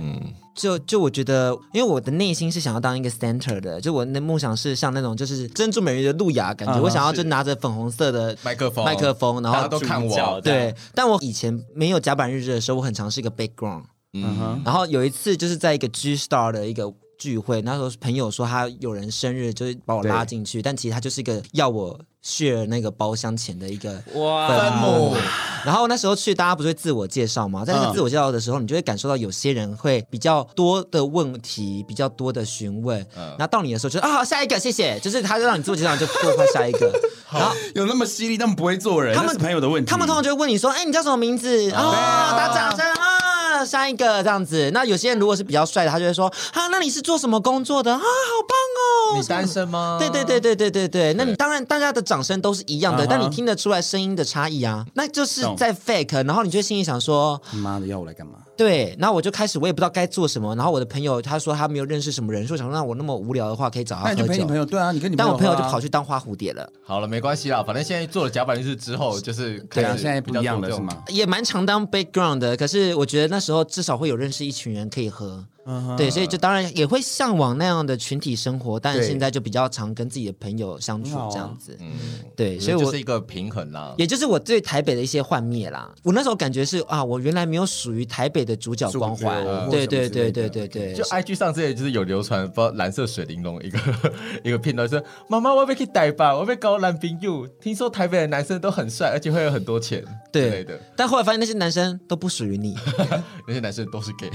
B: 就就我觉得，因为我的内心是想要当一个 center 的，就我的梦想是像那种就是珍珠美人鱼的路亚感觉，我想要就拿着粉红色的
C: 嗯麦克风
B: 麦克风，然
C: 大
B: 后
C: 家都看
D: 主角
C: 我，哦
B: 对，但我以前没有甲板日志的时候，我很常是一个 background。嗯，然后有一次就是在一个 G Star 的一个聚会，那时候朋友说他有人生日，就是把我拉进去，但其实他就是一个要我 share 那个包厢钱的一个
D: 哇
B: 分母
C: 分母
B: 然后那时候去，大家不是会自我介绍吗？在那个自我介绍的时候，你就会感受到有些人会比较多的问题，比较多的询问。然后到你的时候就，是啊，好，下一个，谢谢。就是他就让你自我介绍，你就过换下一个。然后
E: 有那么犀利，但不会做人，
B: 他们
E: 那是朋友的问题。
B: 他们通常就会问你说：“哎、你叫什么名字？”啊，打掌声啊，下一个这样子。那有些人如果是比较帅的，他就会说：“啊，那你是做什么工作的？啊，好棒哦！”
C: 你单身
E: 啊
C: 吗？
B: 对对对对对对对，那你当然大家的掌声都是一样的，
E: 嗯哼
B: 但你听得出来声音的差异啊，那就是
E: 懂
B: 在 fake，然后你就心里想说，
E: 他妈的要我来干嘛？
B: 对，然后我就开始我也不知道该做什么，然后我的朋友他说他没有认识什么人，说想让我那么无聊的话可以找他
E: 那你就
B: 喝
E: 陪你朋
B: 酒，
E: 友，对啊，你跟你
B: 但我朋友就
E: 喝啊
B: 跑去当花蝴蝶了。
C: 好了，没关系啦，反正现在做了甲板日志之后，就是对
E: 对啊，现在不一样了是？吗？
B: 也蛮常当 background 的，可是我觉得那时候至少会有认识一群人可以喝，
E: 嗯
B: 对，所以就当然也会向往那样的群体生活，但
E: 对
B: 现在就比较常跟自己的朋友相处
E: 很好啊
B: 这样子，
C: 嗯，
B: 对，所
C: 所
B: 以
C: 以
B: 我
C: 就是一个平衡啦。
B: 也就是我对台北的一些幻灭啦。我那时候感觉是啊，我原来没有属于台北的主角光环
E: 主
B: 对
E: 角，
B: 对
E: 或者什么之类
B: 对
E: 的
B: 对对对，
C: 嗯就 IG 上之前就是有流传，不知道蓝色水玲珑一个一个片段说，妈妈我被去逮吧，我被搞男朋友，听说台北的男生都很帅，而且会有很多钱之
B: 对
C: 类的，。
B: 但后来发现那些男生都不属于 你，
C: 那些男生都是 gay。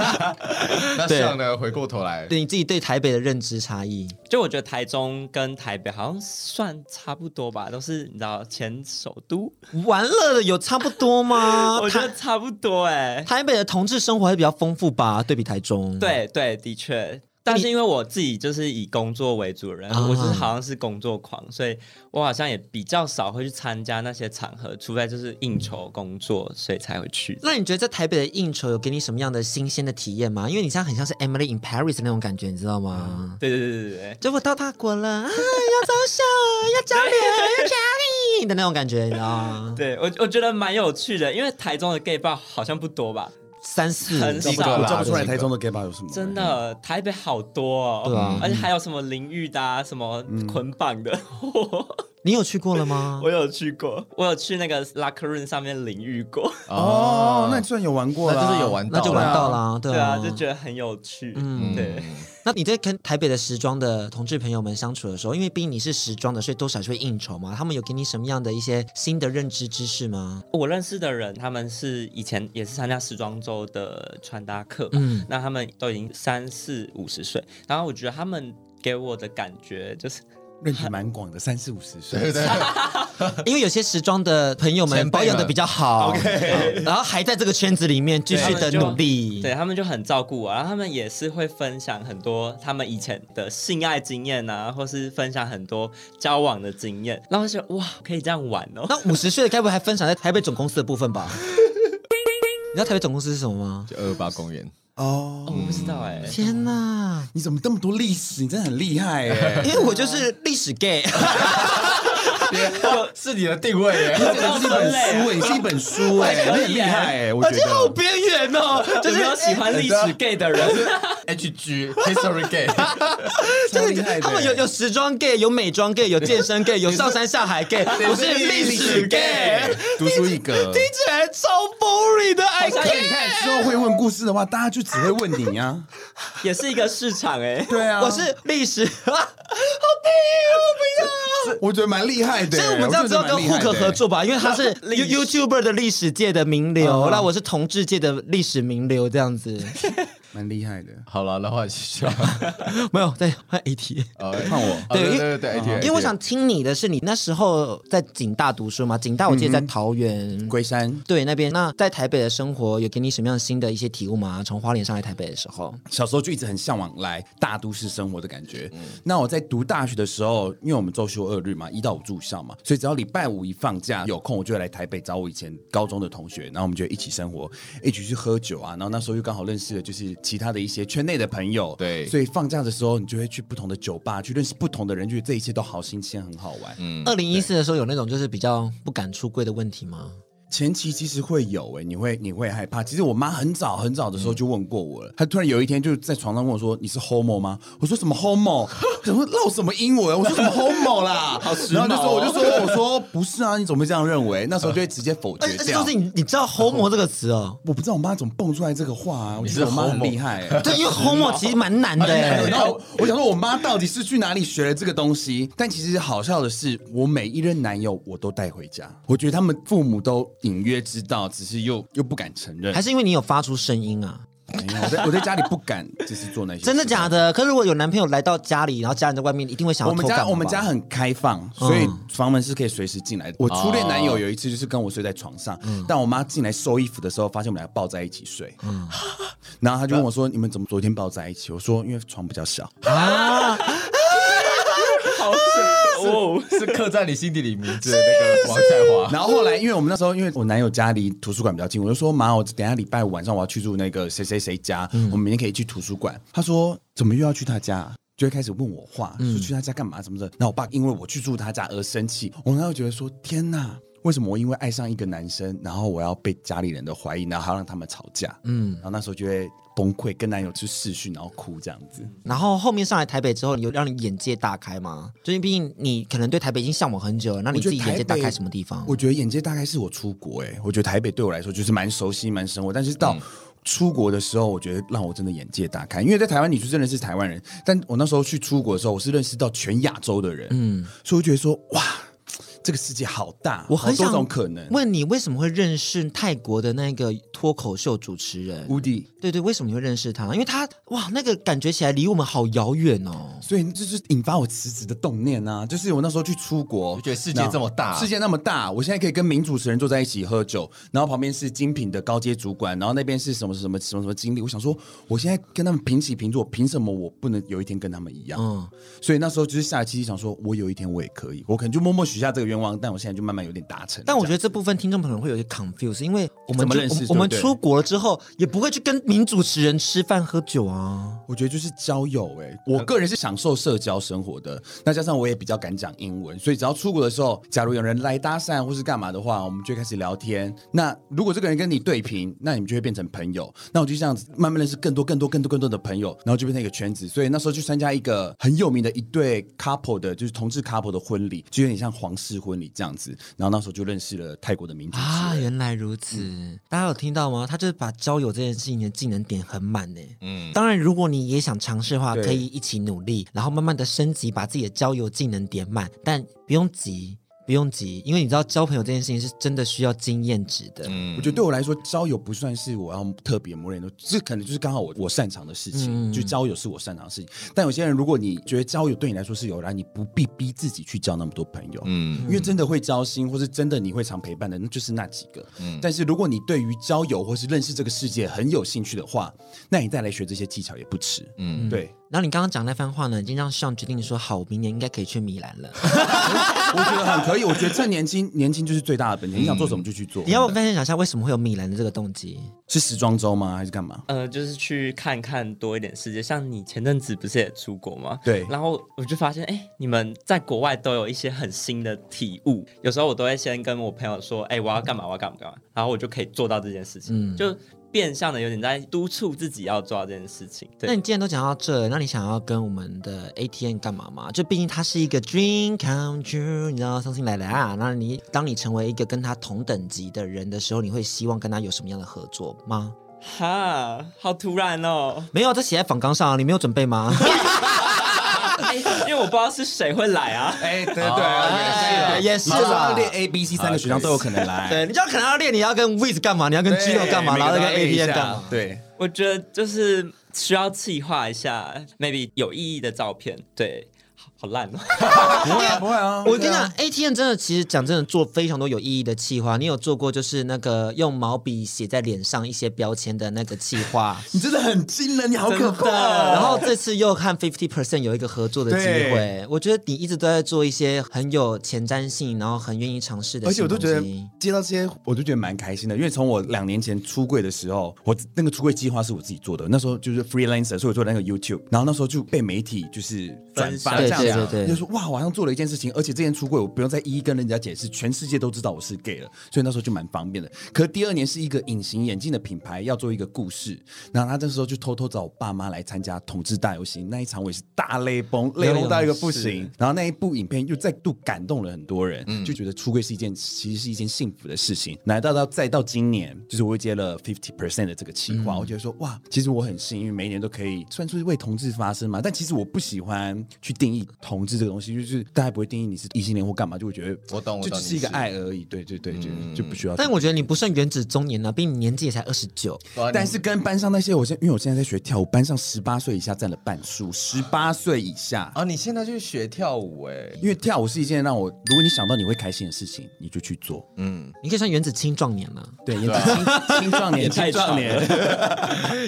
C: 那这样呢？回过头来，
B: 对你自己对台北的认知差异。
D: 就我觉得台中跟台北好像算差不多吧，都是你知道前首都，
B: 完了，有差不多 吗？
D: 我觉得
B: 台
D: 差不多哎、
B: 台北的同志生活还是比较丰富吧，对比台中。。
D: 对对，的确。但是因为我自己就是以工作为主的人，
B: 哎啊
D: 我就是好像是工作狂，所以我好像也比较少会去参加那些场合，除非就是应酬工作，所以才会去。
B: 那你觉得在台北的应酬有给你什么样的新鲜的体验吗？因为你现在很像是 Emily in Paris 那种感觉，你知道吗？
D: 对对对对对，
B: 结果到泰国 了，啊，要走秀，要交流，要交流的那种感觉，你知道 吗？
D: 对我我觉得蛮有趣的，因为台中的 gay bar 好像不多吧？
B: 三四
D: 很
B: 这样
D: 少不多啦
E: 我叫不出来台中的 gay bar 有什么？
D: 真的，台北好多哦，
B: 嗯对啊嗯
D: 而且还有什么淋浴的、啊，什么捆绑的，
B: 你有去过了 吗
D: 我？有去过，我有去那个 locker room 上面淋浴过，
E: 哦，那你算有玩过
C: 那
E: 了，
C: 就是有玩到，
B: 啊那就玩到。啦，对
D: 对啊，
B: 啊，
D: 就觉得很有趣，
B: 嗯
D: 对。
B: 那你在跟台北的时装的同志朋友们相处的时候，因为毕竟你是时装的，所以多少还是会应酬嘛。他们有给你什么样的一些新的认知知识吗？
D: 我认识的人，他们是以前也是参加时装周的穿搭课吧，
B: 嗯
D: 那他们都已经三四五十岁，然后我觉得他们给我的感觉就是，
E: 认识蛮广的，三四五十岁，
C: 对对，
B: 因为有些时装的朋友
C: 前
B: 们
C: 辈
B: 保养的
C: 们
B: 比较好嗯 然后还在这个圈子里面继续的
D: 他们就
B: 努力。
D: 对他啊们就很照顾我，然后他们也是会分享很多他们以前的性爱经验啊，或是分享很多交往的经验，然后我就觉得哇，可以这样玩哦。
B: 那五十岁的该不会还分享在台北总公司的部分吧？你知道台北总公司是什么吗？
C: 就二八公园，
E: 哦，
D: 哦，我不知道哎、
B: 天哪！
E: 你怎么这么多历史？你真的很厉害耶！
B: 因为我就是历史 gay，
C: 是你的定位耶。
E: 你是一本书，你是一本书，哎， 你很厉害，哎，我
B: 而
E: 觉
B: 且好
E: 得。
B: 边缘哦，就
D: 有
B: 是
D: 没有喜欢历史 gay 的人？
C: H G History Gay，
E: 超厉害的
B: 他们有有时装 gay，有美妆 gay，有健身 gay，有上山下海 gay，我是历史 gay，
E: 读书一个。
B: 听起来超 boring 的 I
E: 而且你
B: K。
E: 看之后会问故事的话，大家就只会问你啊呀。
D: 也是一个市场哎、
E: 对啊，
B: 我是历史， 好低哦，
E: 我觉得蛮厉害
B: 不
E: 的。
B: 要！所以我们这样
E: 觉
B: 之
E: 得
B: 后
E: 蛮
B: 跟
E: 厉
B: 户
E: 害
B: 可
E: 的
B: 合作吧，因为他是 You YouTuber 的历史界的名
C: 嗯
B: 流，那我是同志界的历史名流，这样 子。
E: 蛮厉害的。
C: 好了，那换笑，
B: 没有，对，换 AT。
C: 呃，
E: 看我
C: 对
B: 对
C: 对
B: 因
C: 对对，AT
B: 因为我想听你的是，你那时候在警大读书嘛？警大我记得
C: 嗯
B: 在桃园。
E: 龟山
B: 对，那边那在台北的生活有给你什么样新的一些体悟吗？从花莲上来台北的时候，
E: 小时候就一直很向往来大都市生活的感觉。那我在读大学的时候，因为我们周休二日嘛，一到五住校嘛，所以只要礼拜五一放假有空，我就会来台北找我以前高中的同学，然后我们就一起生活，一起去喝酒啊。然后那时候又刚好认识了就是其他的一些圈内的朋友，
C: 对
E: 所以放假的时候你就会去不同的酒吧去认识不同的人，觉得这一切都好新鲜，很好玩。
C: 嗯
B: 二零一四的时候有那种就是比较不敢出柜的问题吗？
E: 前期其实会有欸诶、你会你会害怕。其实我妈很早很早的时候就问过我了，她突然有一天就在床上问我说：“你是 homo 吗？”我说：“什么 homo？” 怎么唠什么英文？啊我说：“什么 homo 啦？”好
C: 时髦
E: 然
C: 哦
E: 后就说：“我就说我说不是啊，你怎么会这样认为？”那时候就会直接否
B: 而
C: 哎
E: 决
B: 且
E: 掉
B: 就。是你你知道 homo 这个词哦，
E: 我不知道我妈怎么蹦出来这个话啊！我觉得我
C: 你是
E: 妈很
C: homo
E: 厉害、 欸。
B: 对，因为 homo 其实蛮难的
C: 哎
B: 欸。
E: 然后我想说，我妈到底是去哪里学了这个东西？但其实好笑的是，我每一任男友我都带回家，我觉得他们父母都隐约知道，只是又又不敢承认
B: 还。是因为你有发出声音啊？
E: 没有，我在我在家里不敢就是做那些事。
B: 真的假的？可是如果有男朋友来到家里，然后家人在外面，一定会想
E: 我
B: 要
E: 们
B: 偷干
E: 家
B: 嘛吧
E: 我们家很开放，所以房门是可以随时进来
B: 哦
E: 的。我初恋男友有一次就是跟我睡在床上，
B: 嗯
E: 但我妈进来收衣服的时候，发现我们俩抱在一起睡，然后她就问我说：“你们怎么昨天抱在一起？”我说：“因为床比较小。
B: 啊，
D: 好准哦！
C: 是刻在你心底里名字的那个王彩”华，
E: 然后后来，因为我们那时候因为我男友家离图书馆比较近，我就说：“妈，我等一下礼拜五晚上我要去住那个谁谁谁家，我们明天可以去图书馆。”她说：“怎么又要去他家啊？”就会开始问我话，说去他家干嘛什么的。那我爸因为我去住他家而生气，我那时候觉得说天哪，为什么我因为爱上一个男生，然后我要被家里人的怀疑，然后还要让他们吵架？嗯，然后那时候就会崩溃，跟男友去试训，然后哭这样子。
B: 然后后面上来台北之后，有让你眼界大开吗？就是毕竟你可能对台北已经向往很久了，那你
E: 我觉
B: 自
E: 得
B: 己眼界大开什么地方？啊
E: 我觉得眼界大概是我出国、欸，我觉得台北对我来说就是蛮熟悉、蛮生活，但是
B: 嗯
E: 到。出国的时候，我觉得让我真的眼界大开，因为在台湾你就真的是台湾人，但我那时候去出国的时候，我是认识到全亚洲的人，嗯，所以我觉得说，哇，这个世界好大，
B: 我很
E: 好多
B: 想
E: 种可能。
B: 问你为什么会认识泰国的那个脱口秀主持人？
E: 无敌，
B: 对对，为什么你会认识他？因为他哇，那个感觉起来离我们好遥远哦。
E: 所以这就是引发我辞职的动念啊！就是我那时候去出国，
C: 我觉得世界这么大
E: 世界那么大，我现在可以跟名主持人坐在一起喝酒，然后旁边是精品的高阶主管，然后那边是什么什么什么什么经理。我想说，我现在跟他们平起平坐，凭什么我不能有一天跟他们一样？
B: 嗯，
E: 所以那时候就是下期想说，我有一天我也可以，我可能就默默许下这个愿望，但我现在就慢慢有点达成。
B: 但我觉得这部分听众朋友会有些 confuse，因为我们
E: 怎么
B: 就
E: 认
B: 我
E: 识
B: 们我们
E: 对不对
B: 出国了之后也不会去跟名主持人吃饭喝酒啊。
E: 我觉得就是交友哎、我个人是享受社交生活的，那加上我也比较敢讲英文，所以只要出国的时候，假如有人来搭讪或是干嘛的话，我们就会开始聊天。那如果这个人跟你对平，那你们就会变成朋友。那我就这样子慢慢认识更多、更多、更多、更多的朋友，然后就变成一个圈子。所以那时候去参加一个很有名的一对 couple 的，就是同志 couple 的婚礼，就有点像皇室婚礼这样子。然后那时候就认识了泰国的名主
B: 啊，
E: 持人。
B: 原来如此，大家有听到吗？他就是把交友这件事情的技能点很满呢。
C: 嗯，
B: 当然，如果你也想尝试的话，
E: 对
B: 可以一起努力，然后慢慢的升级，把自己的交友技能点满，但不用急，不用急，因为你知道交朋友这件事情是真的需要经验值的。嗯
E: 我觉得对我来说，交友不算是我要特别磨练的，这可能就是刚好我我擅长的事情，
B: 嗯
E: 就交友是我擅长的事情。但有些人，如果你觉得交友对你来说是有，然后你不必逼自己去交那么多朋友，
C: 嗯
E: 因为真的会交心，或是真的你会常陪伴的，那就是那几个。
C: 嗯
E: 但是如果你对于交友或是认识这个世界很有兴趣的话，那你再来学这些技巧也不迟。
C: 嗯，
E: 对，
B: 然后你刚刚讲那番话呢，已经让 Sean 决定说，好，我明年应该可以去米兰了。
E: 我觉得很可以。我觉得趁年轻，年轻就是最大的本钱。你想做什么就去做。
B: 嗯你要不要分享一下为什么会有米兰的这个动机？
E: 是时装周吗？还是干嘛？
D: 呃，就是去看看多一点世界。像你前阵子不是也出国吗？
E: 对
D: 然后我就发现，哎、你们在国外都有一些很新的体悟。有时候我都会先跟我朋友说，哎、我要干嘛，我要干嘛干嘛，然后我就可以做到这件事情。
B: 嗯
D: 就变相的有点在督促自己要做到这件事情。
B: 那
D: 对
B: 你，既然都讲到这，那你想要跟我们的 ATN 干嘛吗？就毕竟它是一个 dream come true，你知道 something like that。那啊你当你成为一个跟他同等级的人的时候，你会希望跟他有什么样的合作吗？
D: 哈，好突然哦。
B: 没有，这写在访纲上啊，你没有准备吗？
D: 哎 因为我不知道是谁会来啊。
E: 哎，对对
B: 哎 也是啦。啊
E: 练 A、B、C 三个选啊项都有可能来。
B: 对，你就可能要练，你要跟 Wiz 干嘛？你要跟 Gino 干嘛？然后再跟 ATN 干嘛？
E: 对，啊
D: 我觉得就是需要气化一下，maybe 有意义的照片，对，好好烂哦。
E: 不会啊，不会啊。
B: 我跟你讲，ATN 真的，其实讲真的，做非常多有意义的企划。你有做过就是那个用毛笔写在脸上一些标签的那个企划，
E: 你真的很惊人，你好可 怕哦。
B: 然后这次又和 Fifty Percent 有一个合作的机会。我觉得你一直都在做一些很有前瞻性，然后很愿意尝试的
E: 而且
B: 新
E: 我
B: 东
E: 都
B: 西，
E: 觉得接到这些，我都觉得蛮开心的，因为从我两年前出柜的时候，我那个出柜计划是我自己做的，那时候就是 freelancer，所以我做那个 YouTube，然后那时候就被媒体就是转发
B: 分
E: 这
B: 享
E: 样子啊，
B: 对对对
E: 就说哇，我好像做了一件事情，而且这件出柜我不用再一一跟人家解释，全世界都知道我是 gay 了，所以那时候就蛮方便的。可是第二年是一个隐形眼镜的品牌要做一个故事，然后他这时候就偷偷找我爸妈来参加同志大游行那一场，我也是大泪崩，泪崩到一个不行。然后那一部影片又再度感动了很多人，就觉得出柜是一件其实是一件幸福的事情。来到到再到今年，就是我又接了 fifty percent 的这个企划，我觉得说哇，其实我很幸运，每一年都可以算是为同志发声嘛。但其实我不喜欢去定义同志这个东西，就是大家不会定义你是异性恋或干嘛，就会觉得
C: 我懂我懂
E: 就只是一个爱而已。对对对，就就不需要。
B: 但我觉得你不算原子中年了、啊毕竟你年纪也才二十九。
E: 但是跟班上那些，我现因为我现在在学跳舞，班上十八岁以下占了半数，十八岁以下。
C: 啊，你现在去学跳舞哎，
E: 因为跳舞是一件让我，如果你想到你会开心的事情，你就去做。
C: 嗯，
B: 你可以算原子青壮年啊 了，
E: 对，也青 青壮年，青壮年，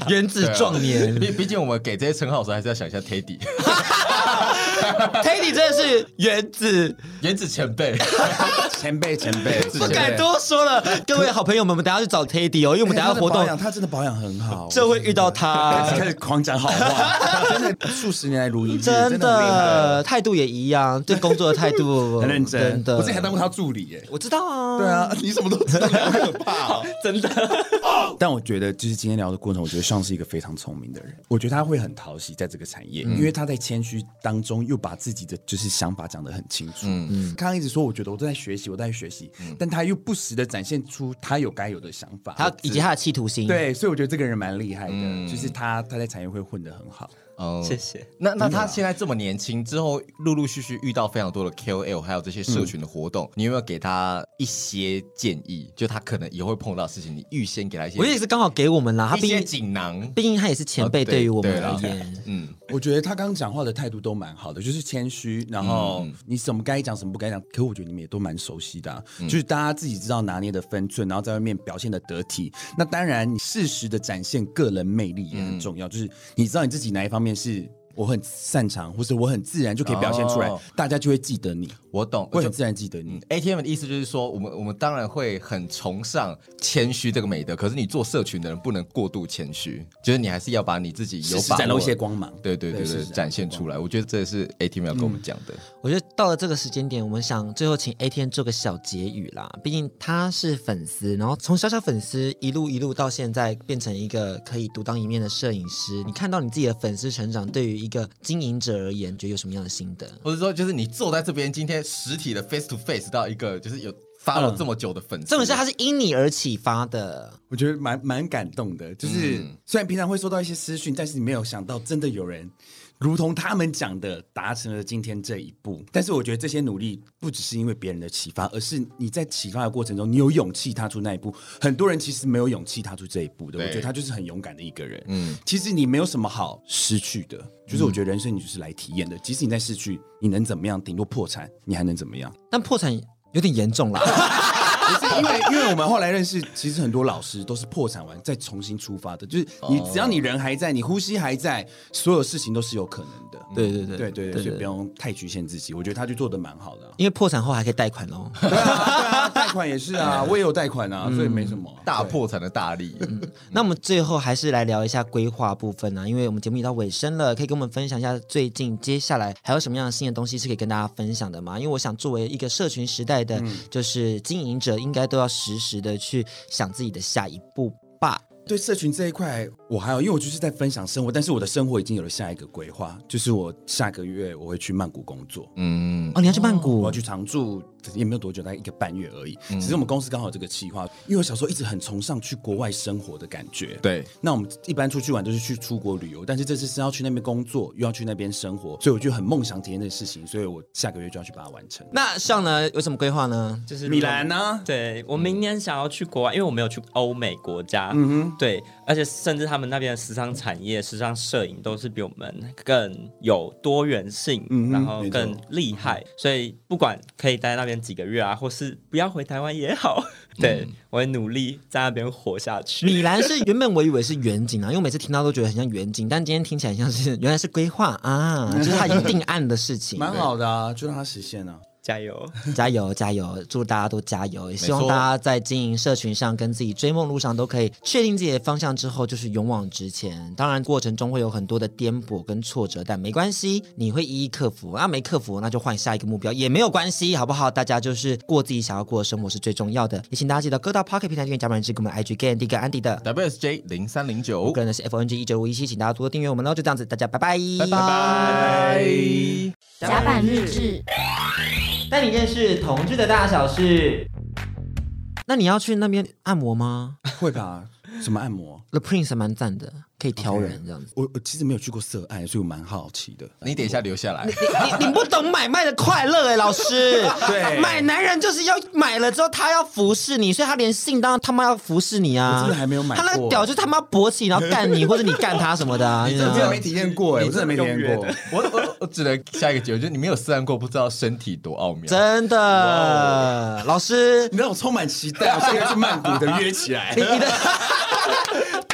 B: 原子壮年。
C: 毕毕竟我们给这些称号的时候，还是要想一下 Teddy，
E: 啊
B: Teddy 真的是原子，
C: 原子前辈，
E: 前辈前辈，
C: 不
B: 不敢多说了。各位好朋友们，我们等一下去找 Teddy 哦，因为我
E: 我
B: 们等一下活动
E: 他真的保养很好，
B: 就会遇到 他。
E: 开始狂讲好 话，真的数十年来如一日，
B: 真
E: 真的很厉害
B: 的态度也一样，对工作的态度
E: 很认真。
B: 的，
E: 我之前还当过他助理耶。
B: 我知道啊，
E: 对啊，你什么都知道，好可怕、 哦，真的。但我觉得，就是今天聊的过程，我觉得尚是一个非常聪明的人。我觉得他会很讨喜在这个产业，因为他在谦虚当中又把自己的就是想法讲得很清楚。嗯嗯，刚刚一直说，我觉得我都在学习，我都在学习，但他又不时的展现出他有该有的想法。
B: 他以及他的企图心，，
E: 对，啊所以我觉得这个人蛮厉害的，就是他他在产业会混得很好。
C: 哦
D: 谢谢。
C: 那那他现在这么年轻，之后陆陆续续遇到非常多的 KOL，还有这些社群的活动，你有没有给他一些建议？就他可能也会碰到的事情，你预先给他一些，
B: 我也是刚好给我们啦，他
C: 一
B: 毕
C: 些
B: 竟
C: 锦囊。
B: 毕竟他也是前辈，
C: 哦对
B: 对于我们
C: 对啦
B: 而言，
C: 嗯，
E: 我觉得他刚刚讲话的态度都蛮好的，就是谦虚，然后
C: 嗯
E: 你什么该讲什么不该讲。可我觉得你们也都蛮熟悉的啊、
C: 嗯
E: 就是大家自己知道拿捏的分寸，然后在外面表现的得体。那当然，你适时的展现个人魅力也
C: 嗯
E: 很重要，就是你知道你自己哪一方面是。我很擅长，或是我很自然就可以表现出来，
C: 哦
E: 大家就会记得你，
C: 我懂。
E: 会很
C: 就嗯
E: 自然记得你。
C: ATM 的意思就是说，我们我们当然会很崇尚谦虚这个美德，可是你做社群的人不能过度谦虚，就是你还是要把你自己有
E: 有
C: 把握
E: 展露一些光芒，
C: 对对对
E: 对
C: 对，
E: 是是
C: 展现出来。我觉得这是 ATM 要跟我们讲的。
B: 我觉得到了这个时间点，我们想最后请 ATN 做个小结语啦。毕竟他是粉丝，然后从小小粉丝一路一路到现在变成一个可以独当一面的摄影师。你看到你自己的粉丝成长，对于一一个经营者而言，觉得有什么样的心得？
C: 或者说就是你坐在这边，今天实体的 face to face 到一个就是有 follow 这么久的粉丝，
B: 重点是它是因你而启发的，
E: 我觉得蛮蛮感动的，就是、
C: 嗯
E: 虽然平常会收到一些私讯，但是你没有想到真的有人如同他们讲的达成了今天这一步。但是我觉得这些努力不只是因为别人的启发，而是你在启发的过程中，你有勇气踏出那一步。很多人其实没有勇气踏出这一步的，
C: 对
E: 我觉得他就是很勇敢的一个人。
C: 嗯
E: 嗯，其实你没有什么好失去的，就是我觉得人生你就是来体验的。即使你在失去，你能怎么样？顶多破产，你还能怎么样？
B: 但破产有点严重 啦。
E: 不是因 为，因为我们后来认识，其实很多老师都是破产完再重新出发的，就是你只要你人还在，你呼吸还在，所有事情都是有可能的。
B: 对对对。
E: 嗯对对对，所以不用太局限自己。我觉得他就做的蛮好 的啊
B: 因为破产后还可以贷款哦。
E: 对啊，对啊，贷款也是 啊，我也有贷款啊，所以没什么。
C: 大破产的大力。
B: 那我们最后还是来聊一下规划部分啊，因为我们节目已到尾声了，可以跟我们分享一下最近接下来还有什么样的新的东西是可以跟大家分享的吗？因为我想作为一个社群时代的，就是经营者，应该都要时时的去想自己的下一步吧。
E: 对社群这一块，我还有，因为我就是在分享生活，但是我的生活已经有了下一个规划，就是我下个月我会去曼谷工作。
C: 嗯，
B: 哦，你要去曼谷，
E: 我要去常住，也没有多久，大概一个半月而已。只是我们公司刚好有这个计划，因为我小时候一直很崇尚去国外生活的感觉。。
C: 对，
E: 那我们一般出去玩都是去出国旅游，但是这次是要去那边工作，又要去那边生活，所以我就很梦想体验的事情，所以我下个月就要去把它完成。
B: 那上呢有什么规划呢？
D: 就是
E: 米兰呢
D: 对我明年想要去国外，因为我没有去欧美国家，
E: 嗯
D: 对，而且甚至他们那边的时尚产业、时尚摄影都是比我们更有多元性，
E: 嗯哼
D: 然后
E: 没错
D: 更厉害，所以不管可以待在那边几个月啊，或是不要回台湾也好，
E: 嗯
D: 对、我会努力在那边活下去。
B: 米兰是原本我以为是远景啊，因为我每次听到都觉得很像远景，但今天听起来像是原来是规划啊，就是它已经定案的事情。
E: 蛮好的啊，就让它实现啊。
D: 加油！
B: 加油加油！祝大家都加油！也希望大家在经营社群上跟自己追梦路上都可以确定自己的方向之后，就是勇往直前。当然过程中会有很多的颠簸跟挫折，但没关系，你会一一克服。啊，没克服那就换下一个目标也没有关系，好不好？大家就是过自己想要过的生活是最重要的。也请大家记得各大 Pocket 平台订阅加满之给我们 IG g a n d 跟 Andy 的。
C: WSJ 零三零
B: 我
C: 九
B: 个，人的是 FNG 一九五一七，请大家多多订阅我们喽。哦就这样子，大家拜拜，
C: 拜拜。
I: 甲板日志。
B: 带你认识同志的大小事。那你要去那边按摩 吗？
E: 会吧？ 什么按摩？
B: The Prince 还蛮赞的，可以挑人这样子。
E: 我我其实没有去过色爱，所以我蛮好奇的。
C: 你等一下留下来，
B: 你你不懂买卖的快乐哎、老 师。
E: 对
B: 买男人就是要买了之后，他要服侍你，所以他连性当然他妈要服侍你啊。
E: 我真的还没有买
B: 他
E: 过
B: 那个屌就是他妈勃起，然后干你或者你干他什么的啊。 你知道
E: 我
B: 吗
E: 真的没体验过哎，我真的没体验过。
C: 我我我只能下一个结论，就是你没有试按过，不知道身体多奥妙。
B: 真的，老师
E: 你，让我充满期待，我下个月去曼谷的约起 来。
B: 你你的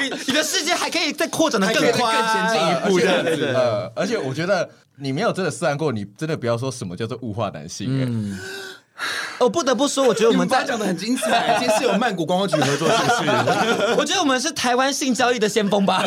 B: 你你的世界还可以再扩展的更宽，
C: 一步的，对对对。呃而且我觉得你没有真的试按过，你真的不要说什么叫做物化男性。嗯，
B: 我哦不得不说，我觉得我
E: 你
B: 们
E: 们
B: 在
E: 家讲的很精彩，今天是有曼谷观光局合作，是不是？
B: 我觉得我们是台湾性交易的先锋吧。